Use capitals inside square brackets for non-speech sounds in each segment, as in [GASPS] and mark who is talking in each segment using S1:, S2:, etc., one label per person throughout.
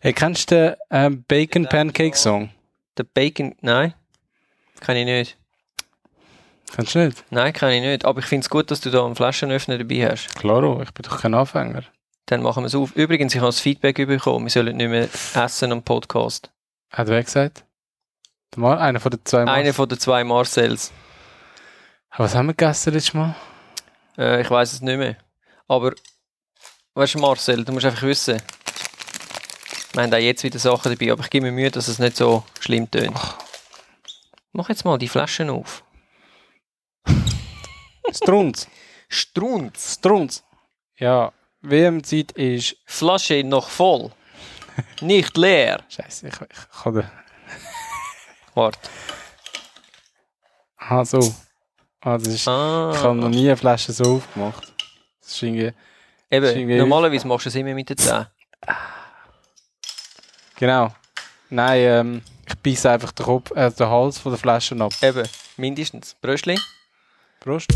S1: Hey, kennst du den äh, Bacon Pancake Song?
S2: Der Bacon, nein, kann ich nicht.
S1: Kennst du nicht?
S2: Nein, kann ich nicht. Aber ich finde es gut, dass du da einen Flaschenöffner dabei hast.
S1: Klaro, ich bin doch kein Anfänger.
S2: Dann machen wir es auf. Übrigens, ich habe das Feedback bekommen, wir sollen nicht mehr essen am Podcast.
S1: Hat wer gesagt? Der Mar einer von den zwei Mars.
S2: Einer von den zwei Marcells.
S1: Was haben wir gegessen letztes Mal?
S2: Äh, ich weiß es nicht mehr. Aber, weißt du, Marcel, du musst einfach wissen. Wir haben auch jetzt wieder Sachen dabei, aber ich gebe mir Mühe, dass es nicht so schlimm tönt. Mach jetzt mal die Flaschen auf.
S1: Strunz.
S2: Strunz.
S1: Strunz. Ja, WM-Zeit ist...
S2: Flasche noch voll. Nicht leer.
S1: Scheiße, ich, ich kann den...
S2: Warte.
S1: Ah, so. Ah, das ist... Ich
S2: Ah,
S1: habe noch nie eine Flasche so aufgemacht. Das ist irgendwie...
S2: eben.
S1: Schwingen-
S2: Normalerweise machst du es immer mit den Zähnen.
S1: Genau. Nein, ähm, ich beiße einfach den, Kopf, äh, den Hals von der Flasche ab.
S2: Eben. Mindestens. Bröschli.
S1: Prost.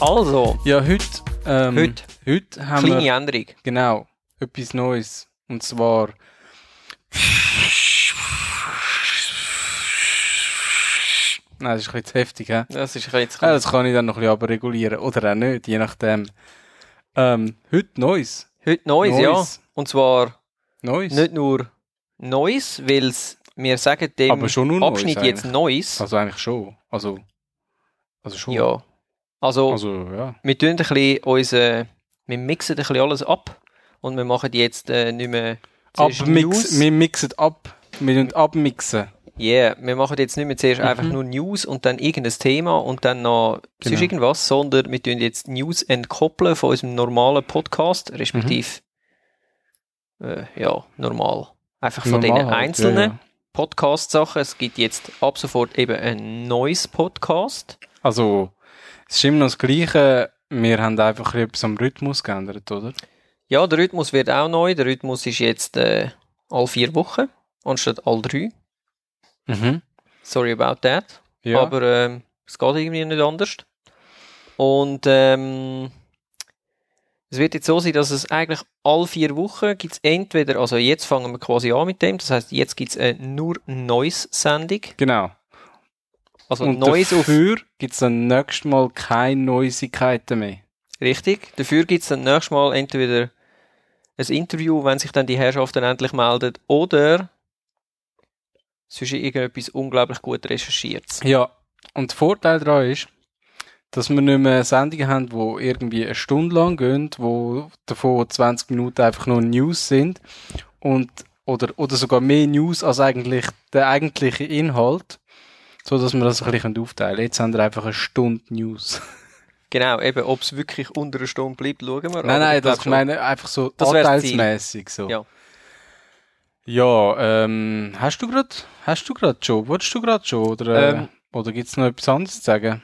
S2: Also,
S1: Ja, heute... Ähm,
S2: Heute.
S1: Heute haben wir...
S2: kleine Änderung.
S1: Genau, etwas Neues. Und zwar. Nein, das ist ein bisschen zu heftig, hä?
S2: Das ist jetzt
S1: Ja, das kann ich dann noch ein bisschen aber regulieren. Oder auch nicht, je nachdem. Ähm, heute Neues.
S2: Heute Neues,
S1: Neues.
S2: ja. Und zwar
S1: Neues.
S2: nicht nur Neues, weil wir sagen dem
S1: aber schon nur
S2: Abschnitt
S1: Neues.
S2: jetzt
S1: eigentlich.
S2: Neues.
S1: Also eigentlich schon. Also, also schon.
S2: ja. Also,
S1: Also, ja.
S2: wir tun ein bisschen unsere, wir mixen ein bisschen alles ab und wir machen jetzt äh, nicht mehr zuerst
S1: Abmix, wir mixen ab. Wir tun abmixen.
S2: Yeah, wir machen jetzt nicht mehr zuerst
S1: Mhm.
S2: einfach nur News und dann irgendein Thema und dann noch
S1: Genau.
S2: sonst irgendwas, sondern wir tun jetzt News entkoppeln von unserem normalen Podcast, respektive äh, ja, normal. Einfach von
S1: Mhm. Normal
S2: den
S1: halt,
S2: einzelnen
S1: ja, ja.
S2: Podcast-Sachen. Es gibt jetzt ab sofort eben ein neues Podcast.
S1: Also, es ist immer noch das Gleiche. Wir haben einfach ein bisschen etwas am Rhythmus geändert, oder?
S2: Ja, der Rhythmus wird auch neu. Der Rhythmus ist jetzt äh, all vier Wochen anstatt all drei.
S1: Mhm.
S2: Sorry about that.
S1: Ja.
S2: Aber ähm, es geht irgendwie nicht anders. Und ähm, es wird jetzt so sein, dass es eigentlich alle vier Wochen gibt es entweder, also jetzt fangen wir quasi an mit dem, das heißt, jetzt gibt es eine nur Neues-Sendung.
S1: Genau.
S2: Also
S1: Und
S2: Neues auf.
S1: dafür gibt es dann nächstes Mal keine Neuigkeiten mehr.
S2: Richtig. Dafür gibt es dann nächstes Mal entweder ein Interview, wenn sich dann die Herrschaften endlich melden, oder sonst irgendetwas unglaublich gut recherchiertes.
S1: Ja, und der Vorteil daran ist, dass wir nicht mehr Sendungen haben, die irgendwie eine Stunde lang gehen, wo davon 20 Minuten einfach nur News sind und oder, oder sogar mehr News als eigentlich der eigentliche Inhalt, so dass wir das ein bisschen aufteilen können. Jetzt haben wir einfach eine Stunde News.
S2: Genau, eben, ob es wirklich unter einer Stunde bleibt, schauen wir. aber
S1: nein, nein,
S2: ich
S1: das
S2: glaub
S1: ich
S2: schon.
S1: meine einfach so
S2: Das wär's Ziel.
S1: anteilsmäßig so.
S2: Ja.
S1: Ja, ähm, hast du gerade, hast du gerade schon, wolltest du gerade schon, oder, äh,
S2: Ähm.
S1: oder gibt es noch etwas anderes zu sagen?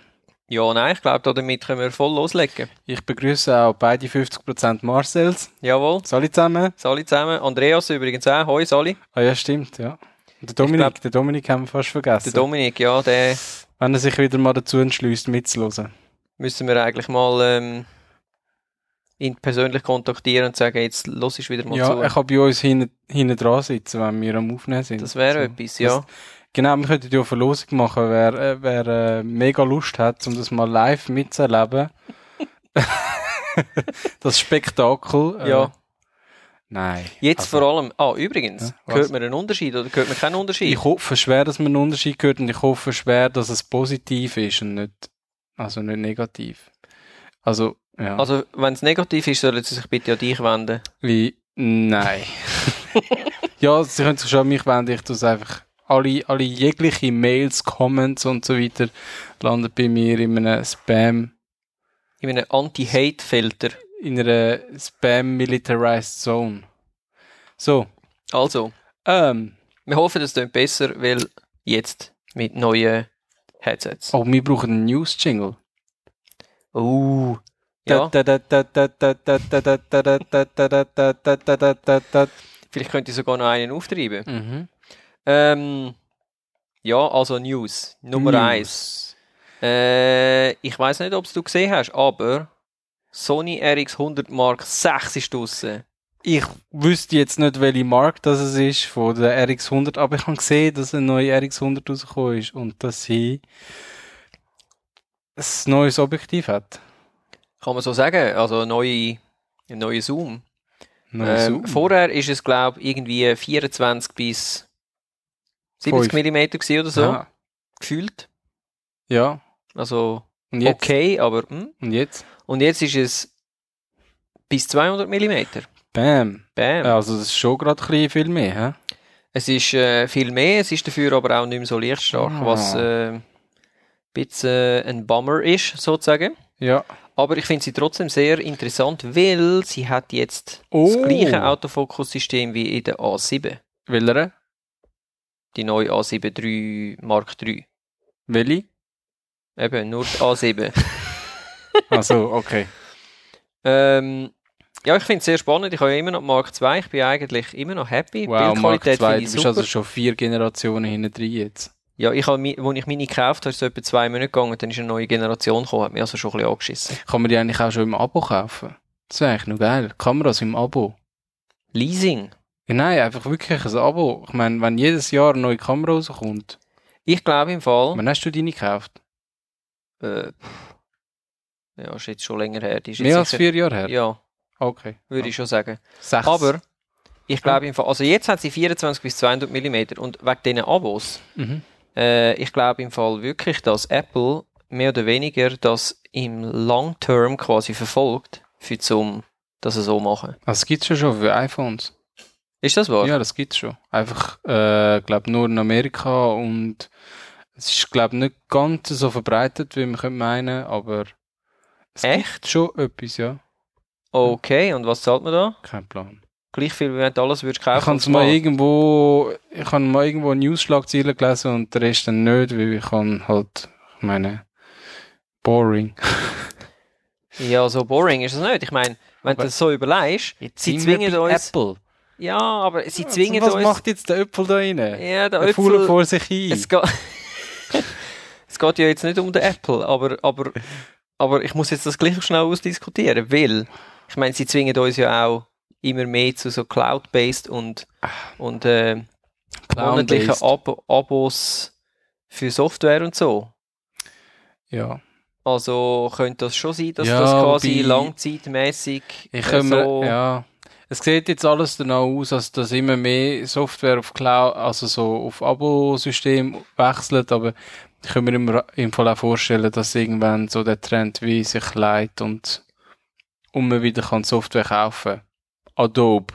S2: Ja, nein, ich glaube, damit können wir voll loslegen.
S1: Ich begrüße auch beide 50% Marcells.
S2: Jawohl.
S1: Salut zusammen.
S2: Sali zusammen. Andreas übrigens auch. Hoi, Sali.
S1: Ah ja, stimmt, ja. Und der Dominik,
S2: glaub-
S1: der Dominik haben wir fast
S2: Der
S1: vergessen.
S2: Dominik, ja, den
S1: Wenn er sich wieder mal dazu entschließt, mitzuhören.
S2: müssen wir eigentlich mal ähm, ihn persönlich kontaktieren und sagen, jetzt los ist wieder mal
S1: Ja,
S2: zu.
S1: er kann bei uns hinten, hinten dran sitzen, wenn wir am Aufnehmen sind.
S2: Das wäre
S1: so.
S2: etwas, ja.
S1: Genau, wir könnten ja eine Verlosung machen, wer, äh, wer äh, mega Lust hat, um das mal live mitzuerleben.
S2: [LAUGHS]
S1: das Spektakel. Äh,
S2: Ja.
S1: Nein.
S2: Jetzt
S1: also,
S2: vor allem, ah, übrigens,
S1: Ja, was?
S2: hört man einen Unterschied oder hört man keinen Unterschied?
S1: Ich hoffe schwer, dass man einen Unterschied hört und ich hoffe schwer, dass es positiv ist und nicht, also nicht negativ. Also, ja.
S2: Also, wenn es negativ ist, sollen sie sich bitte an dich wenden.
S1: Wie,
S2: [LAUGHS]
S1: nein. ja, sie können sich schon an mich wenden, ich tue es einfach. Alle, alle jegliche Mails, Comments und so weiter landen bei mir in einem Spam,
S2: In einem Anti-Hate-Filter.
S1: in einer Spam-Militarized Zone. So,
S2: Also,
S1: ähm,
S2: wir hoffen, es tönt besser, weil jetzt mit neuen Headsets.
S1: oh, wir brauchen einen News-Jingle. Oh.
S2: Uh. Ja.
S1: Da, da, da, da, da, da, da, da, da, da, da, da, da, da, da, da, da, da.
S2: Vielleicht könnte ich sogar noch einen auftreiben.
S1: Mhm.
S2: Ähm, ja, also News. Nummer
S1: News.
S2: eins. Äh, ich weiß nicht, ob es du gesehen hast, aber Sony RX100 Mark 6 ist draussen.
S1: Ich wüsste jetzt nicht, welche Marke das es ist von der RX100, aber ich habe gesehen, dass eine neue RX100 rausgekommen ist und dass sie ein neues Objektiv hat.
S2: Kann man so sagen. Also neue, neue Zoom.
S1: Neues
S2: Ähm,
S1: Zoom.
S2: vorher ist es, glaube ich, irgendwie 24 bis 70
S1: Fünf.
S2: mm gewesen oder so.
S1: Ah,
S2: Gefühlt.
S1: ja.
S2: Also
S1: Und jetzt?
S2: okay, aber. Hm.
S1: Und jetzt?
S2: Und jetzt ist es bis 200 mm.
S1: Bam.
S2: Bam.
S1: Also das ist schon gerade ein bisschen viel mehr. He?
S2: Es ist äh, viel mehr, es ist dafür aber auch nicht mehr so lichtstark,
S1: Ah.
S2: was äh, ein bisschen äh, ein Bummer ist, sozusagen.
S1: Ja.
S2: Aber ich finde sie trotzdem sehr interessant, weil sie hat jetzt das
S1: Oh.
S2: gleiche Autofokussystem wie in der A7,
S1: Welche?
S2: die neue A7 III Mark III.
S1: Welche?
S2: Eben, nur die
S1: [LAUGHS]
S2: A7.
S1: Also, okay.
S2: ähm, ja, ich finde es sehr spannend, ich habe ja immer noch die Mark II, ich bin eigentlich immer noch happy.
S1: Wow, Mark II,
S2: finde
S1: du
S2: ich
S1: bist
S2: super.
S1: also schon vier Generationen hinten drin jetzt.
S2: Ja, ich habe, mi- als ich meine gekauft habe, ist es etwa zwei Monate gegangen, dann ist eine neue Generation gekommen, hat mich also schon ein bisschen angeschissen.
S1: Kann man die eigentlich auch schon im Abo kaufen? Das wäre eigentlich noch geil. Kameras im Abo.
S2: Leasing.
S1: Ja, Nein, einfach wirklich ein Abo. Ich meine, wenn jedes Jahr eine neue Kamera rauskommt,
S2: Ich glaube im Fall,
S1: wann hast du deine gekauft?
S2: äh, pff. ja, ist jetzt schon länger her. die Ist jetzt
S1: Mehr als
S2: sicher-
S1: vier Jahre her?
S2: Ja,
S1: Okay.
S2: würde ich schon sagen.
S1: Sechs.
S2: Aber ich
S1: Hm.
S2: glaube im Fall, also jetzt hat sie 24 bis 200 mm und wegen diesen Abos,
S1: Mhm.
S2: äh, ich glaube im Fall wirklich, dass Apple mehr oder weniger das im Long Term quasi verfolgt, für zum, dass sie so machen.
S1: Also, das gibt es ja schon für iPhones.
S2: Ist das wahr?
S1: Ja, das gibt es schon. Einfach, äh, glaube nur in Amerika und es ist, glaube nicht ganz so verbreitet, wie man könnte meinen, aber es
S2: Echt?
S1: gibt schon etwas, ja.
S2: Okay, und was zahlt man da?
S1: Kein Plan.
S2: Gleich viel, wie wenn du alles würdest
S1: Ich
S2: kaufen.
S1: habe
S2: und
S1: mal
S2: zahlen.
S1: irgendwo, ich habe mal irgendwo News-Schlagzeilen gelesen und den Rest dann nicht, weil ich kann halt, ich meine, boring.
S2: Ja, so boring ist es nicht. Ich meine, wenn du
S1: Aber-
S2: das so überlegst, sie zwingen uns.
S1: Apple. Also,
S2: Ja, aber sie zwingen
S1: Was
S2: uns.
S1: macht jetzt der Apple da rein?
S2: ja, der
S1: Der fuhlt
S2: Apfel.
S1: vor sich hin.
S2: Es geht, [LAUGHS] es geht ja jetzt nicht um den Apple, aber, aber, aber ich muss jetzt das gleich schnell ausdiskutieren, weil ich meine, sie zwingen uns ja auch immer mehr zu so Cloud-based und, und äh, monatlichen
S1: Clown-based.
S2: Abo Abos für Software und so.
S1: Ja.
S2: Also könnte das schon sein, dass
S1: Ja,
S2: das quasi
S1: wobei-
S2: langzeitmäßig
S1: Ich
S2: äh,
S1: kann mir,
S2: so
S1: ja. Es sieht jetzt alles danach aus, als dass immer mehr Software auf Cloud, also so auf Abo-System wechselt, aber ich kann mir im, im Fall auch vorstellen, dass irgendwann so der Trend wie sich leitet und immer wieder kann Software kaufen. Adobe.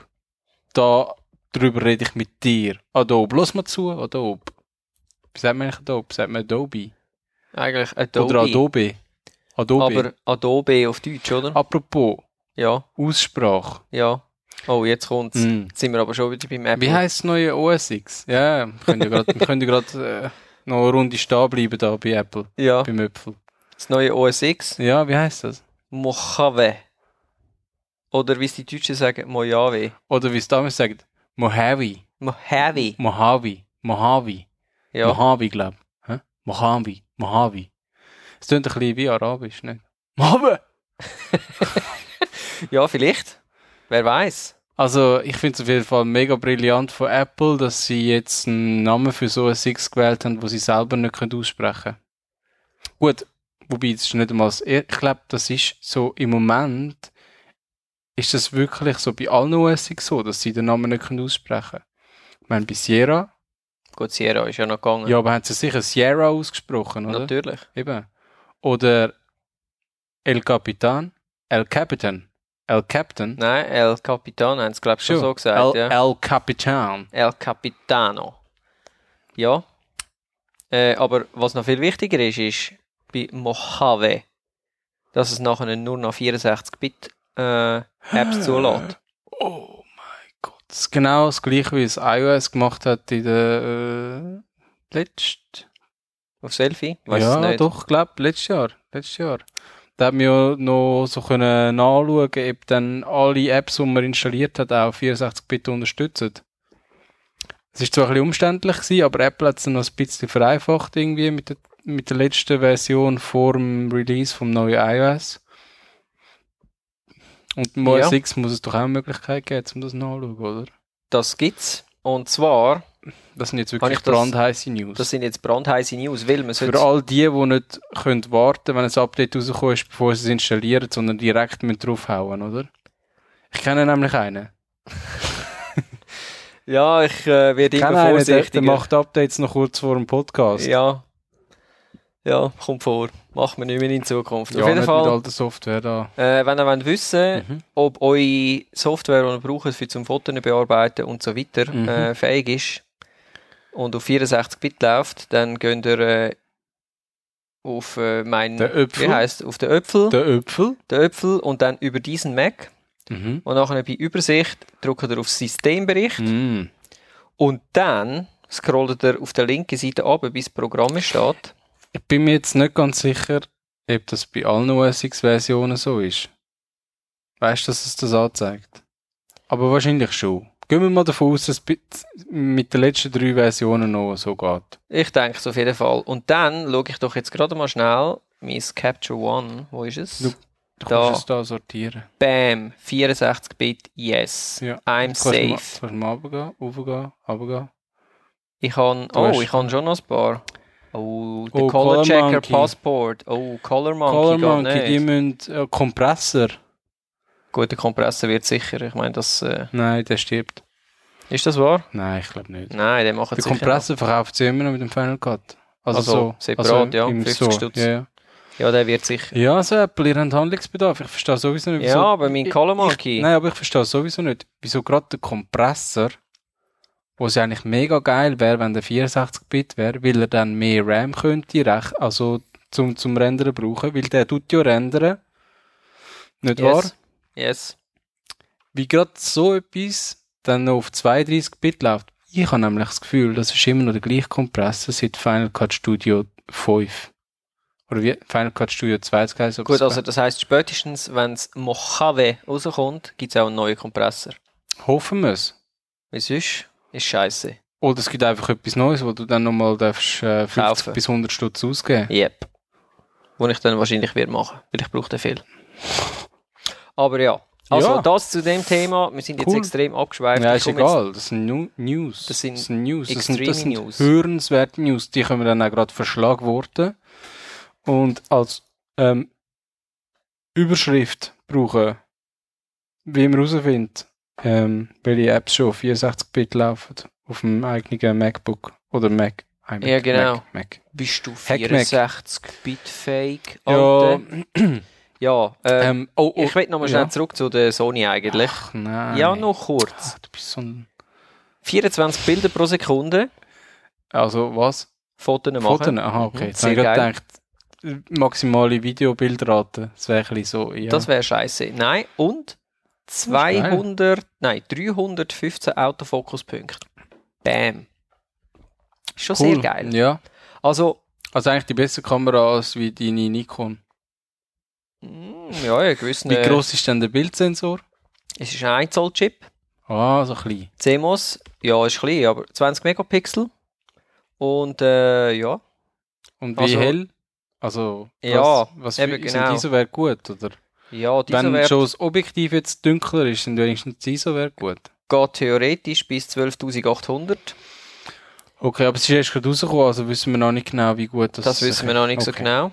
S1: Da drüber rede ich mit dir. Adobe, los mal zu, Adobe. Wie sagt man eigentlich Adobe? Sagt man Adobe?
S2: eigentlich Adobe.
S1: Oder Adobe? Adobe.
S2: Aber Adobe auf Deutsch, oder?
S1: Apropos
S2: Ja,
S1: Aussprache.
S2: ja. Oh, jetzt kommt's.
S1: Mm.
S2: Jetzt sind wir aber schon wieder beim Apple.
S1: Wie heisst das neue OS X? Ja, wir können ja grad- [LAUGHS] wir können ja gerade äh, noch eine Runde stehen bleiben da bei Apple,
S2: Ja,
S1: beim Äpfel.
S2: das neue OS X.
S1: Ja, wie heisst das?
S2: Mojave. Oder wie es die Deutschen sagen, Mojave.
S1: Oder wie es damals sagt, Mojave,
S2: Mojave.
S1: Mojave, Mojave,
S2: Ja.
S1: Mojave, glaube ich. Mojave, Mojave. Es klingt ein bisschen wie Arabisch, nicht? Mojave!
S2: ja, vielleicht. Wer weiß.
S1: Also, ich finde es auf jeden Fall mega brillant von Apple, dass sie jetzt einen Namen für so ein Six gewählt haben, wo sie selber nicht können aussprechen können. Gut, wobei, das ist nicht einmal das er Ich glaube, das ist so im Moment, ist das wirklich so bei allen OS X so, dass sie den Namen nicht können aussprechen können. Ich meine, bei Sierra,
S2: Gut, Sierra ist ja noch gegangen.
S1: ja, aber haben sie sicher Sierra ausgesprochen, oder?
S2: Natürlich.
S1: Eben. Oder El Capitan, El Capitan, El Captain,
S2: Nein, El Capitan haben sie, glaube ich, schon
S1: Schon.
S2: so gesagt.
S1: El,
S2: ja.
S1: El Capitan.
S2: El Capitano. Ja. Äh, aber was noch viel wichtiger ist, ist bei Mojave, dass es nachher nur noch 64-Bit-Apps
S1: [GASPS]
S2: zulässt.
S1: Oh mein Gott. Das ist genau das gleiche, wie es iOS gemacht hat in der äh, letzten.
S2: Auf Selfie? Weiß
S1: ja,
S2: es nicht.
S1: doch, glaub, letztes Jahr. Letztes Jahr. Da haben wir ja noch so können nachschauen, ob dann alle Apps, die man installiert hat, auch 64-Bit unterstützen. Es war zwar ein bisschen umständlich, gewesen, aber Apple hat es dann noch ein bisschen vereinfacht irgendwie mit der, mit der letzten Version vor dem Release vom neuen iOS. Und im
S2: Ja.
S1: OS X muss es doch auch eine Möglichkeit geben, um das nachzuschauen, oder?
S2: Das gibt's. Und zwar,
S1: Das sind jetzt
S2: Habe
S1: wirklich
S2: ich das-
S1: brandheiße News.
S2: das sind jetzt brandheiße News, weil man
S1: Für
S2: sollte...
S1: all die, die nicht können warten wenn ein Update rausgekommen ist, bevor sie es installieren, sondern direkt mit draufhauen, oder? Ich kenne nämlich einen.
S2: Ja, ich äh, werde
S1: Ich
S2: immer
S1: kenne einen, der, der
S2: vorsichtiger.
S1: macht Updates noch kurz vor dem Podcast.
S2: Ja. Ja, kommt vor. Machen wir nicht mehr in Zukunft.
S1: Ja,
S2: Auf jeden
S1: nicht mit
S2: Fall,
S1: alter Software da.
S2: äh, wenn ihr wollt wissen
S1: Mhm.
S2: ob eure Software, die ihr braucht, für zum Fotos bearbeiten und so weiter,
S1: Mhm.
S2: äh, fähig ist und auf 64-Bit läuft, dann geht ihr äh, auf äh, mein,
S1: Der
S2: wie
S1: Öpfel.
S2: heißt auf den Öpfel,
S1: Der Öpfel.
S2: den Öpfel und dann über diesen Mac
S1: Mhm.
S2: und nachher bei Übersicht drückt ihr auf Systembericht
S1: Mhm.
S2: und dann scrollt ihr auf der linken Seite ab, bis Programme steht.
S1: Ich bin mir jetzt nicht ganz sicher, ob das bei allen OS X-Versionen so ist. Weißt du, dass es das anzeigt? Aber wahrscheinlich schon. Gehen wir mal davon aus, dass es bi- mit den letzten drei Versionen noch so geht.
S2: Ich denke es auf jeden Fall. Und dann schaue ich doch jetzt gerade mal schnell mein Capture One. Wo ist es?
S1: Du- Du
S2: Da.
S1: kannst es da sortieren.
S2: Bam! 64-Bit, yes.
S1: Ja.
S2: I'm
S1: Kannst du mal-
S2: safe.
S1: Kannst du mal runtergehen, runtergehen, runtergehen.
S2: Ich habe,
S1: Du hast-
S2: oh, ich habe schon noch ein paar. Oh, der
S1: Oh,
S2: Color
S1: Color
S2: Checker
S1: Monkey.
S2: Passport. Oh, Color Monkey.
S1: Color
S2: geht
S1: Monkey, die
S2: nicht.
S1: müssen... Äh, Kompressor.
S2: Gut, der Kompressor wird sicher. Ich meine, das äh,
S1: Nein, der stirbt.
S2: ist das wahr?
S1: Nein, ich glaube nicht.
S2: Nein, der macht
S1: Der
S2: sicher.
S1: Kompressor verkauft sie immer noch mit dem Final Cut. Also,
S2: Also,
S1: so.
S2: separat, ja, 50
S1: Store.
S2: Stutz.
S1: Ja, ja.
S2: noch. Ja, der wird sicher.
S1: ja, so Apple, ihr habt Handlungsbedarf. Ich verstehe sowieso
S2: [LAUGHS]
S1: nicht,
S2: Ja, aber mein
S1: Ich-
S2: Color
S1: Ich,
S2: Monkey.
S1: nein, aber ich verstehe sowieso nicht, wieso gerade der Kompressor, wo es ja eigentlich mega geil wäre, wenn der 64-Bit wäre, weil er dann mehr RAM könnte, rech- also zum, zum Rendern brauchen, weil der tut ja rendern. Nicht wahr?
S2: yes. yes.
S1: Wie gerade so etwas dann noch auf 32-Bit läuft. Ich habe nämlich das Gefühl, das ist immer noch der gleiche Kompressor seit Final Cut Studio 5. Oder wie? Final Cut Studio 2 ist geil.
S2: Gut, also das heisst, spätestens, wenn es Mojave rauskommt, gibt es auch einen neuen Kompressor. also
S1: Hoffen wir es.
S2: Weil sonst ist scheiße.
S1: Oder es gibt einfach etwas Neues, wo du dann nochmal darfst äh, 50
S2: Kaufen.
S1: bis 100 Stutz ausgeben.
S2: Yep. Wo ich dann wahrscheinlich wieder machen, weil ich brauche den viel. Aber ja. Also
S1: Ja.
S2: das zu dem Thema. Wir sind jetzt
S1: Cool.
S2: extrem abgeschweift.
S1: Ja,
S2: Ich
S1: ist
S2: komm
S1: egal. Das sind Nu- News.
S2: Das sind
S1: News. Das sind, das
S2: extreme
S1: sind
S2: News.
S1: hörenswerte News. Die können wir dann auch gerade verschlagworten. Und als ähm, Überschrift brauchen, wie man herausfindet, ähm, welche Apps schon auf 64-Bit laufen auf dem eigenen MacBook oder Mac. iMac,
S2: Ja, genau.
S1: Mac, Mac.
S2: Jetzt, bist du
S1: Hack Mac.
S2: 64-Bit-Fake?
S1: Ja,
S2: Alter? Ja. äh,
S1: ähm, oh, oh,
S2: ich will nochmal schnell
S1: ja.
S2: zurück zu der Sony eigentlich.
S1: ach, nein.
S2: Ja, noch kurz.
S1: Ah, Du bist so ein...
S2: 24 Bilder pro Sekunde.
S1: Also, was?
S2: Fotos machen.
S1: Fotos? Aha, okay.
S2: Mhm,
S1: Jetzt
S2: sehr
S1: habe ich gerade
S2: geil.
S1: gedacht, maximale Videobildrate. Das wäre ein bisschen so, ja.
S2: Das wäre scheiße. Nein, und
S1: ist geil.
S2: 200, nein, 315 Autofokuspunkte. Bam. Ist schon sehr geil.
S1: Ja.
S2: Also,
S1: Also eigentlich die bessere Kamera als wie deine Nikon.
S2: mm, ja, ja, gewissen.
S1: Wie
S2: äh,
S1: gross ist denn der Bildsensor?
S2: Es ist ein 1 Zoll Chip.
S1: Ah, so klein.
S2: CMOS, ja, ist klein, aber 20 Megapixel. Und äh, ja,
S1: Und wie
S2: Also-
S1: hell? Also,
S2: Ja,
S1: was, was
S2: eben
S1: ist
S2: genau.
S1: ein ISO wäre gut, oder?
S2: ja, dieser
S1: Wenn
S2: Wert
S1: schon das Objektiv jetzt dunkler ist, dann wenigstens das ISO wäre gut.
S2: geht theoretisch bis 12.800.
S1: Okay, aber es ist erst gerade rausgekommen, also wissen wir noch nicht genau, wie gut das
S2: Das, wissen wir noch nicht so
S1: okay.
S2: genau.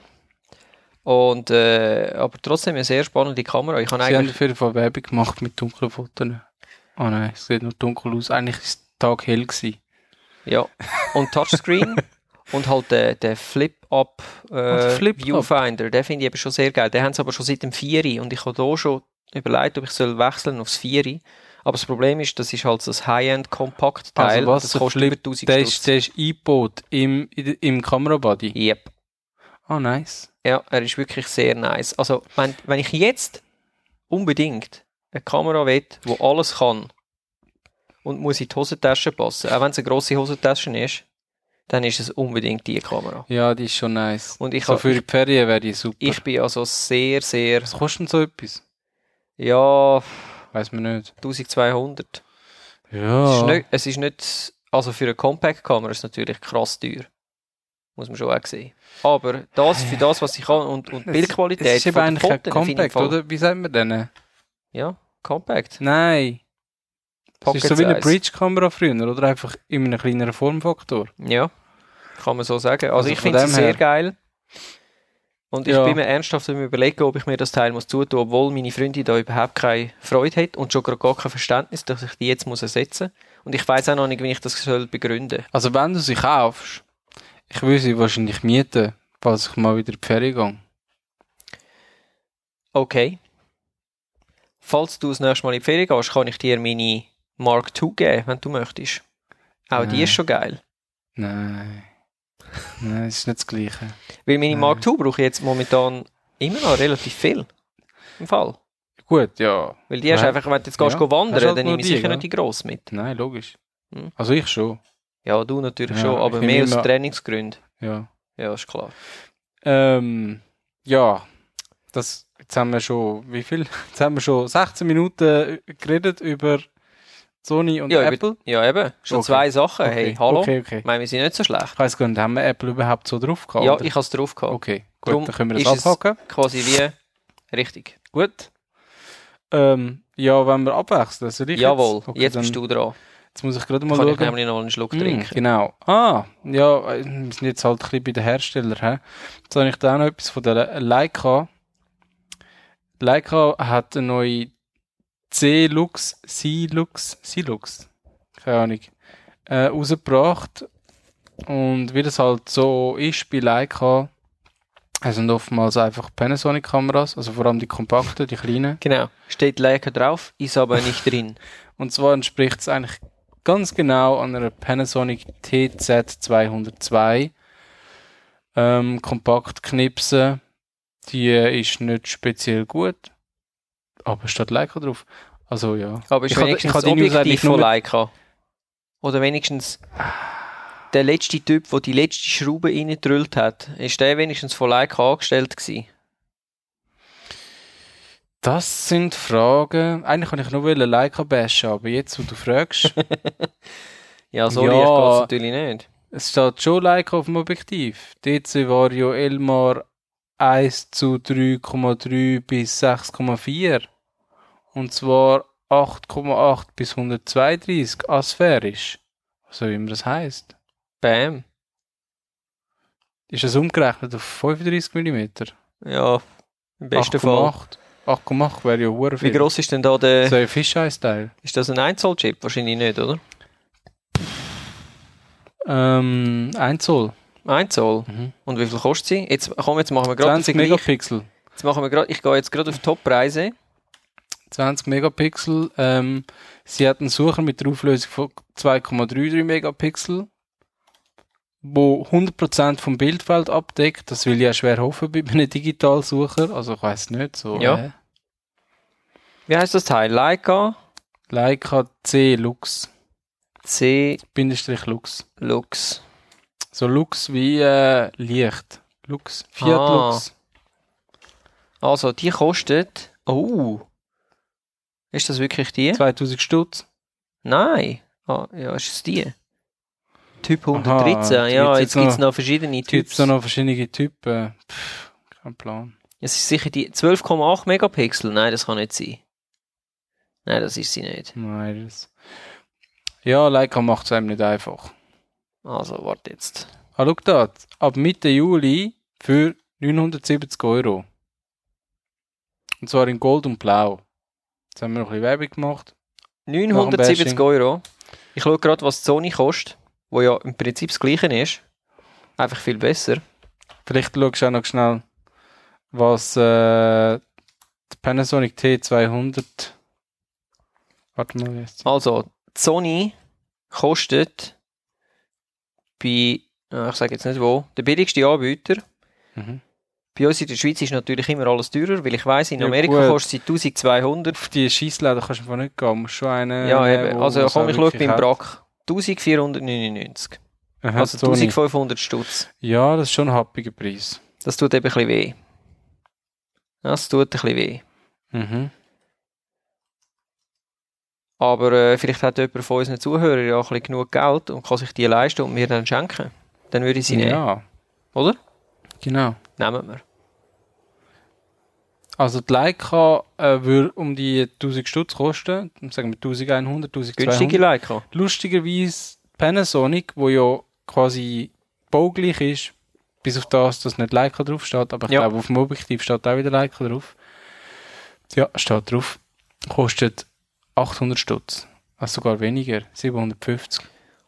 S2: Und, äh, aber trotzdem eine sehr spannende Kamera. Ich habe
S1: Sie haben
S2: eigentlich,
S1: auf jeden Fall Werbung gemacht mit dunklen Fotos. Oh nein, es sieht nur dunkel aus. Eigentlich ist der Tag hell gewesen.
S2: ja, und Touchscreen
S1: [LAUGHS]
S2: und halt der, der Flip-Up
S1: der
S2: äh,
S1: Flip-Up.
S2: Viewfinder, den finde ich eben schon sehr geil. Den haben sie aber schon seit dem 4 und ich habe da schon überlegt, ob ich soll wechseln aufs 4 Aber das Problem ist, das ist halt so ein High-End-Kompakt-Teil.
S1: Also was,
S2: das
S1: der
S2: kostet
S1: Flip-
S2: über 1000
S1: Der
S2: Stutz.
S1: ist, der ist eingebaut im, in der- im Kamerabody.
S2: Yep.
S1: Oh, nice.
S2: Ja, er ist wirklich sehr nice. Also, wenn, wenn ich jetzt unbedingt eine Kamera will, die alles kann und muss in die Hosentasche passen, auch wenn es eine grosse Hosentasche ist, dann ist es unbedingt die Kamera.
S1: Ja, die ist schon nice.
S2: Und ich,
S1: so
S2: hab-
S1: für die Ferien wäre die super.
S2: ich bin also sehr, sehr,
S1: Was kostet denn so etwas?
S2: ja,
S1: Weiß man nicht.
S2: 1200.
S1: Ja.
S2: Es, ist nicht, es ist nicht, also für eine Compact-Kamera ist es natürlich krass teuer. Muss man schon auch sehen. Aber das, für das, was ich kann und, und die
S1: Es-
S2: Bildqualität
S1: Es ist eben
S2: von den
S1: eigentlich ein
S2: Fotos finde
S1: Compact,
S2: ich voll-
S1: oder? Wie sagt man denn?
S2: Ja, Compact.
S1: Nein. Das ist so wie eine
S2: Pocket-Size.
S1: Bridge-Kamera früher, oder? Einfach in einem kleineren Formfaktor.
S2: Ja, kann man so sagen. Also,
S1: Also
S2: ich
S1: von
S2: finde es
S1: dem
S2: sehr
S1: her.
S2: geil. Und ich
S1: Ja.
S2: bin mir ernsthaft am überlegen, ob ich mir das Teil muss zutun, obwohl meine Freundin da überhaupt keine Freude hat und schon gerade gar kein Verständnis, dass ich die jetzt muss ersetzen muss. Und ich weiß auch noch nicht, wie ich das soll begründen
S1: Also wenn du sie kaufst, ich würde sie wahrscheinlich mieten, falls ich mal wieder in die Ferien gehe.
S2: Okay. Falls du das nächste Mal in die Ferien gehst, kann ich dir meine Mark II geben, wenn du möchtest. Auch die
S1: Nein.
S2: ist schon geil. [LAUGHS]
S1: Nein. Nein, es ist nicht das Gleiche.
S2: Weil meine
S1: Nein.
S2: Mark II brauche ich jetzt momentan immer noch relativ viel. Im Fall.
S1: Gut, ja.
S2: Weil die hast
S1: Ja.
S2: einfach, wenn du jetzt gehst
S1: Ja.
S2: go wandern,
S1: Hast halt
S2: dann
S1: nur
S2: nehme ich
S1: die,
S2: sicher
S1: gell?
S2: nicht die gross mit.
S1: Nein, logisch.
S2: Hm.
S1: Also ich schon,
S2: Ja, du natürlich
S1: Ja,
S2: schon,
S1: ich
S2: aber
S1: nehme
S2: mehr aus
S1: immer-
S2: Trainingsgründen.
S1: ja.
S2: Ja, ist klar.
S1: Ähm, ja, das, jetzt haben wir schon, wie viel? [LAUGHS] Jetzt haben wir schon 16 Minuten äh, geredet über Sony und
S2: Ja,
S1: Apple.
S2: über, ja eben. Schon
S1: Okay.
S2: zwei Sachen. Hey,
S1: Okay,
S2: hallo.
S1: Okay, okay.
S2: Ich meine, wir sind nicht so schlecht.
S1: Ich weiss gar nicht, haben wir Apple überhaupt so drauf gehabt?
S2: Ja,
S1: oder?
S2: ich habe es drauf gehabt.
S1: Okay, gut,
S2: Drum
S1: dann können wir
S2: ist
S1: das
S2: es-
S1: abhaken.
S2: Quasi wie richtig.
S1: Gut. Ähm, ja, wenn wir abwechseln, soll ich
S2: Jawohl, jetzt,
S1: Okay,
S2: bist
S1: dann-
S2: du dran.
S1: Jetzt muss ich gerade mal
S2: Kann ich
S1: schauen.
S2: nämlich noch einen Schluck
S1: Hm,
S2: trinken.
S1: genau. Ah, ja, äh, wir sind jetzt halt ein bisschen bei den Herstellern. He? Jetzt habe ich da auch noch etwas von der Leica. Leica hat eine neue C-Lux, C-Lux, C-Lux, keine Ahnung, äh, rausgebracht. Und wie das halt so ist bei Leica, es sind oftmals einfach Panasonic-Kameras, also vor allem die kompakten, die kleinen.
S2: Genau. Steht Leica drauf, ist aber
S1: [LAUGHS]
S2: nicht drin.
S1: Und zwar entspricht es eigentlich ganz genau an einer Panasonic TZ202. Ähm, kompakt knipsen. Die äh, ist nicht speziell gut, aber steht Leica drauf. Also ja.
S2: Aber ist
S1: Ich kann-
S2: wenigstens
S1: ich kann
S2: das
S1: die News
S2: Objektiv
S1: eigentlich
S2: von
S1: nur mit-
S2: Leica. Oder wenigstens der letzte Typ, der die letzte Schraube reingedrillt hat, ist der wenigstens von Leica angestellt gewesen.
S1: Das sind Fragen. Eigentlich kann ich nur wollen Leica bashen, aber jetzt, wo du fragst,
S2: Ja, äh, sorry,
S1: Ja.
S2: ich kann es natürlich nicht.
S1: es steht schon Leica auf dem Objektiv. DC Vario Elmar 1 zu 3,3 bis 6,4. Und zwar 8,8 bis 132 asphärisch. So wie immer das heisst.
S2: Bam.
S1: Ist das umgerechnet auf 35 mm?
S2: Ja, im besten Fall.
S1: 8,8 wäre ja hure
S2: Wie
S1: viel.
S2: gross äh? ist denn da der.
S1: So ein Fischeisteil.
S2: Ist das ein Einzollchip? Wahrscheinlich nicht, oder?
S1: Ähm, 1 Zoll.
S2: Ein Zoll.
S1: Mhm.
S2: Und wie viel kostet sie? Jetzt, komm, jetzt machen wir gerade den
S1: 20
S2: Vergleich.
S1: Megapixel.
S2: Jetzt machen wir grad, ich gehe jetzt gerade auf Top-Preise.
S1: 20 Megapixel. Ähm, sie hat einen Sucher mit der Auflösung von 2,33 Megapixel, wo 100% vom Bildfeld abdeckt. Das will ich ja schwer hoffen bei einem Digitalsucher. Also ich weiß nicht so.
S2: Ja.
S1: Äh,
S2: Wie heißt das Teil? Leica
S1: Leica C Lux
S2: C
S1: Bindestrich Lux.
S2: Lux.
S1: So Lux wie äh, Licht. Lux. Fiat
S2: Ah.
S1: Lux.
S2: Also, die kostet. Oh. Ist das wirklich die?
S1: 2000 Stutz.
S2: Nein. Ah, ja, ist es die? Typ 113.
S1: Aha,
S2: ja, jetzt
S1: jetzt
S2: gibt
S1: gibt's
S2: es noch verschiedene
S1: Gibt
S2: Typs.
S1: es da noch verschiedene Typen? Pff, kein Plan.
S2: Es ist sicher die 12,8 Megapixel. Nein, das kann nicht sein. Nein, das ist sie nicht.
S1: Nein, das. Ja, Leica macht es einem nicht einfach.
S2: Also, warte jetzt.
S1: Ah, schau da, ab Mitte Juli für 970 Euro. Und zwar in Gold und Blau. Jetzt haben wir noch ein bisschen Werbung gemacht.
S2: 970
S1: Bashing.
S2: Euro. Ich schaue gerade, was die Sony kostet, wo ja im Prinzip das gleiche ist. Einfach viel besser.
S1: Vielleicht schaust du auch noch schnell, was äh, die Panasonic T200. Warte mal, jetzt.
S2: Also, die Sony kostet bei, äh, ich sage jetzt nicht wo, der billigste Anbieter.
S1: Mhm.
S2: Bei uns in der Schweiz ist natürlich immer alles teurer, weil ich weiß, in
S1: Ja,
S2: Amerika
S1: gut.
S2: kostet sie 1200.
S1: Auf die Scheissläden kannst du einfach nicht gehen. Du musst schon einen.
S2: ja,
S1: nehmen, Äh,
S2: eben.
S1: wo-
S2: Also,
S1: wo's
S2: komm,
S1: auch
S2: ich schaue
S1: wirklich
S2: beim
S1: hat.
S2: Brack. 1499.
S1: Aha,
S2: Also
S1: so nicht.
S2: 1500 Stutz.
S1: Ja, das ist schon ein happiger Preis.
S2: Das tut eben ein bisschen weh. Das tut ein bisschen weh.
S1: Mhm.
S2: Aber äh, vielleicht hat jemand von unseren Zuhörern ja ein bisschen genug Geld und kann sich die leisten und mir dann schenken. Dann würde ich sie nehmen.
S1: Ja.
S2: Oder?
S1: Genau.
S2: Nehmen wir.
S1: Also die Leica äh, würde um die 1000 Stutz kosten, sagen wir 1100, 1200.
S2: Günstige Leica.
S1: Lustigerweise Panasonic, wo ja quasi baugleich ist, bis auf das, dass nicht Leica drauf steht, aber ich
S2: Ja.
S1: glaube auf dem Objektiv steht auch wieder Leica drauf. Ja, steht drauf. Kostet 800 Stutz. Also sogar weniger, 750.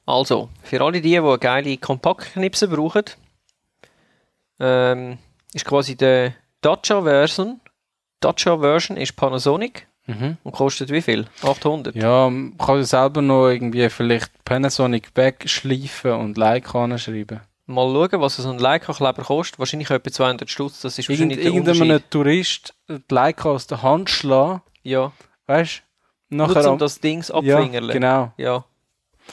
S2: Also, für alle die, die eine geile Kompaktknipse brauchen, ähm, ist quasi der Dacia Version. Dacia Version ist Panasonic
S1: Mhm.
S2: und kostet wie viel? 800.
S1: Ja, man kann ja selber noch irgendwie vielleicht Panasonic wegschleifen und Leica anschreiben.
S2: Mal schauen, was so ein Leica-Kleber kostet. Wahrscheinlich etwa 200 Stutz. Das ist
S1: Irgend,
S2: wahrscheinlich der
S1: irgendeinem
S2: Unterschied.
S1: Tourist die Leica aus der Hand schlagen,
S2: Ja,
S1: weißt du?
S2: nur um
S1: am-
S2: das Dings
S1: ja,
S2: abfingerle.
S1: genau.
S2: Ja,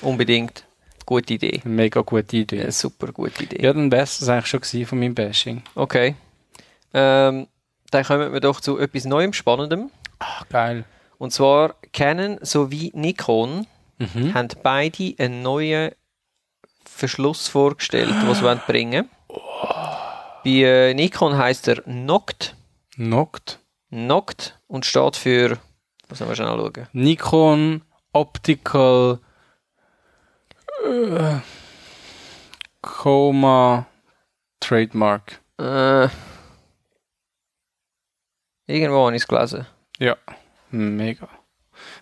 S2: unbedingt. Gute Idee.
S1: Eine mega gute Idee.
S2: Eine super gute Idee.
S1: Ja, dann wäre es eigentlich schon gewesen von meinem Bashing.
S2: Okay. Ähm, dann kommen wir doch zu etwas Neuem, Spannendem.
S1: Ach, geil.
S2: Und zwar Canon sowie Nikon
S1: Mhm.
S2: haben beide einen neuen Verschluss vorgestellt, was sie wollen bringen Bei äh, Nikon heißt er Noct.
S1: Noct.
S2: Noct und steht für. Muss man schnell schauen.
S1: Nikon Optical äh, Coma Trademark.
S2: Äh, irgendwo habe ich es gelesen.
S1: Mega.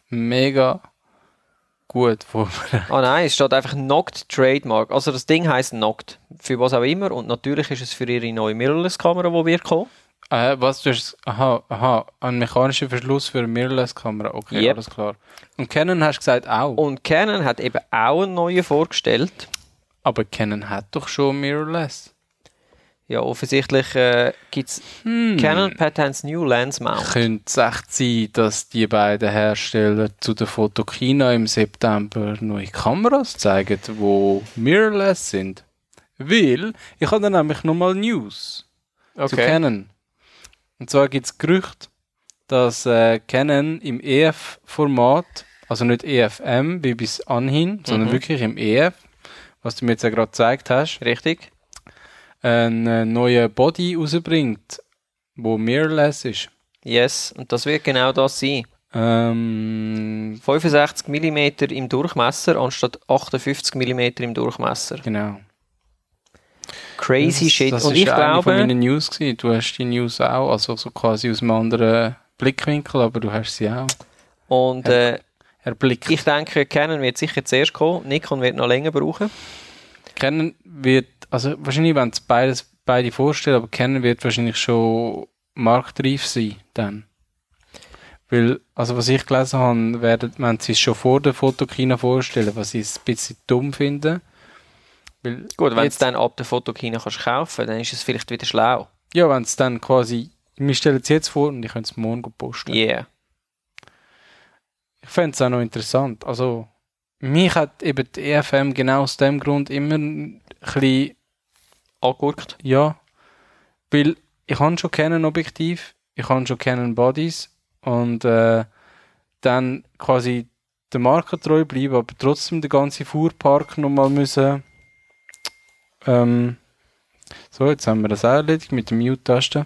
S1: Mega gut vorbereitet.
S2: Ah nein, es steht einfach Noct Trademark. Also das Ding heißt Noct. Für was auch immer. Und natürlich ist es für ihre neue Mirrorless-Kamera, die wird kommen.
S1: Äh, was du hast, aha, aha, ein mechanischer Verschluss für eine Mirrorless-Kamera. Okay,
S2: Yep. Oh.
S1: alles klar. Und Canon hast du gesagt auch.
S2: Und Canon hat eben auch einen neuen vorgestellt.
S1: Aber Canon hat doch schon Mirrorless.
S2: Ja, offensichtlich äh, gibt es
S1: Hm.
S2: Canon Patents New Lens Mount.
S1: Könnte es echt sein, dass die beiden Hersteller zu der Fotokina im September neue Kameras zeigen, die mirrorless sind? Weil, ich habe dann nämlich nochmal News zu Canon. Und zwar gibt es Gerüchte, dass äh, Canon im EF-Format, also nicht EFM wie bis anhin, sondern
S2: Mhm.
S1: wirklich im EF, was du mir jetzt ja gerade gezeigt hast,
S2: Richtig?
S1: einen äh, neuen Body rausbringt, wo mirrorless ist.
S2: Yes, und das wird genau das sein.
S1: Ähm,
S2: 65 mm im Durchmesser anstatt 58 mm im Durchmesser.
S1: genau.
S2: Crazy
S1: das,
S2: Shit.
S1: Das
S2: und
S1: ist
S2: ich
S1: eine von
S2: glaube,
S1: meinen News gewesen. Du hast die News auch, also so quasi aus einem anderen Blickwinkel, aber du hast sie auch
S2: und äh,
S1: erblickt.
S2: ich denke, Canon wird sicher zuerst kommen. Nikon wird noch länger brauchen.
S1: Canon wird, also wahrscheinlich werden es beides, beide vorstellen, aber Canon wird wahrscheinlich schon marktreif sein dann. Weil, also was ich gelesen habe, werden wenn sie es schon vor der Fotokina vorstellen, was ich ein bisschen dumm finde. Weil
S2: Gut, wenn du es
S1: jetzt-
S2: dann ab der Fotokina kannst kaufen, dann ist es vielleicht wieder schlau.
S1: Ja, wenn es dann quasi, wir stellen es jetzt vor und ich könnte es morgen posten.
S2: Yeah.
S1: Ich fände es auch noch interessant. Also, mich hat eben die EFM genau aus dem Grund immer ein bisschen,
S2: Angeguckt.
S1: ja, weil ich habe schon Canon Objektiv, ich habe schon Canon Bodies und äh, dann quasi der Marke treu bleiben, aber trotzdem den ganzen Fuhrpark nochmal müssen. Ähm, so, jetzt haben wir das auch erledigt mit der Mute-Taste.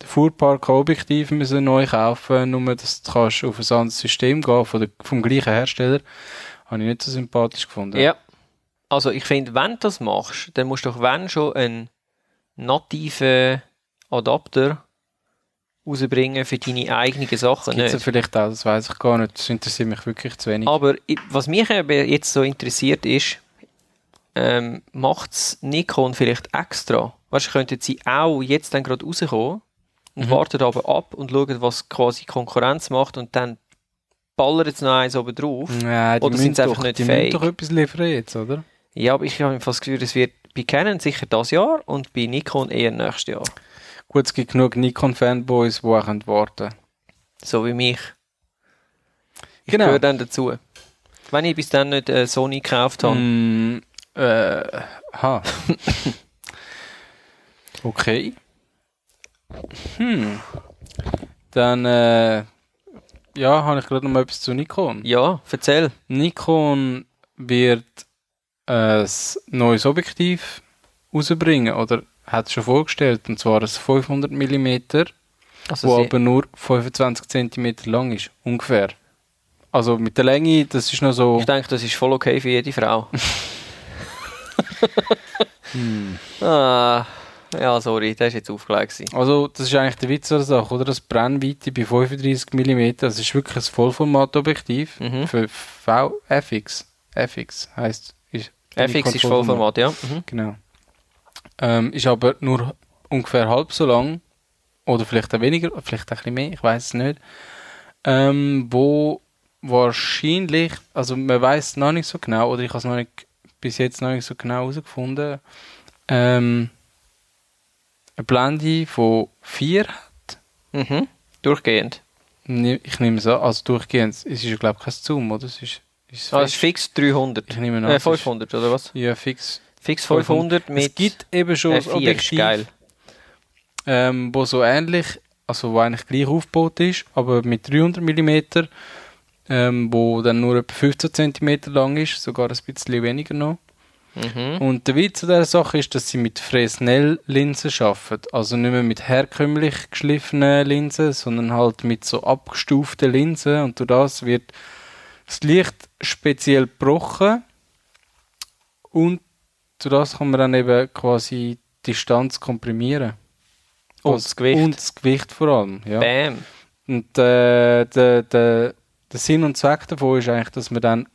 S1: Den Fuhrpark an Objektiv müssen neu kaufen, nur dass du kannst auf ein anderes System gehen von der, vom gleichen Hersteller. Habe ich nicht so sympathisch gefunden.
S2: Ja. Also ich finde, wenn du das machst, dann musst du doch wenn schon einen nativen Adapter rausbringen für deine eigenen Sachen.
S1: Gibt es
S2: Nicht.
S1: vielleicht auch, das weiß ich gar nicht. Das interessiert mich wirklich zu wenig.
S2: Aber i- was mich eben jetzt so interessiert ist, ähm, macht es Nikon vielleicht extra? Weißt du, könnten sie auch jetzt dann gerade rauskommen und
S1: Mhm.
S2: warten aber ab und schauen, was quasi Konkurrenz macht und dann ballert jetzt noch eins oben drauf.
S1: Nein, die
S2: Oder sind
S1: müssen
S2: sie einfach
S1: doch,
S2: nicht
S1: die
S2: fähig?
S1: müssen doch etwas liefern jetzt, oder?
S2: Ja, aber ich habe fast das Gefühl, es wird bei Canon sicher das Jahr und bei Nikon eher nächstes Jahr.
S1: Gut, es gibt genug Nikon-Fanboys, die auch können warten
S2: So wie mich. Ich
S1: Genau.
S2: gehöre dann dazu. Wenn ich bis dann nicht äh, Sony gekauft habe.
S1: Mm, Äh, ha. [LAUGHS] okay. Hm. Dann, äh, ja, habe ich gerade noch mal etwas zu Nikon.
S2: Ja, erzähl.
S1: Nikon wird ein neues Objektiv rausbringen, oder hat es schon vorgestellt, und zwar ein 500 mm
S2: Also
S1: wo
S2: sie,
S1: aber nur 25 cm lang ist, ungefähr. Also mit der Länge, das ist noch so.
S2: ich denke, das ist voll okay für
S1: [LAUGHS]
S2: jede Frau. ah, ja, sorry, der ist jetzt aufgelegt. gewesen.
S1: Also das ist eigentlich der Witz der Sache, oder? Das Brennweite bei 35 mm, das ist wirklich ein Vollformatobjektiv
S2: Mhm.
S1: für VFX. FX heißt ist
S2: FX
S1: Nikon
S2: ist Vollformat, ja. Mhm.
S1: Genau. Ähm, ist aber nur ungefähr halb so lang oder vielleicht auch weniger, vielleicht auch ein bisschen mehr, ich weiß es nicht. Ähm, wo wahrscheinlich, also man weiß es noch nicht so genau oder ich habe es noch nicht, bis jetzt noch nicht so genau herausgefunden, ähm, eine Blende von 4 hat.
S2: Mhm. Durchgehend.
S1: Ne- Ich nehme es an, also durchgehend, es ist glaube ich kein Zoom, oder? Es ist, ist
S2: Ah, es ist
S1: fix.
S2: fix 300.
S1: ich nehme an,
S2: Äh,
S1: es ist-
S2: 500, oder was?
S1: Ja, fix.
S2: Fix 500 mit
S1: es gibt eben schon das
S2: F4, ist
S1: Objektiv,
S2: geil.
S1: ähm, wo so ähnlich, also wo eigentlich gleich aufgebaut ist, aber mit 300 mm, ähm, wo dann nur etwa 15 cm lang ist, sogar ein bisschen weniger noch.
S2: Mhm.
S1: Und der Witz an dieser Sache ist, dass sie mit Fresnel-Linsen arbeiten. Also nicht mehr mit herkömmlich geschliffenen Linsen, sondern halt mit so abgestuften Linsen. Und durch das wird das Licht speziell gebrochen. Und durch das kann man dann eben quasi die Distanz komprimieren.
S2: Und das Gewicht.
S1: Und das Gewicht vor allem, ja.
S2: Bam.
S1: Und äh, der, der, der Sinn und Zweck davon ist eigentlich, dass man dann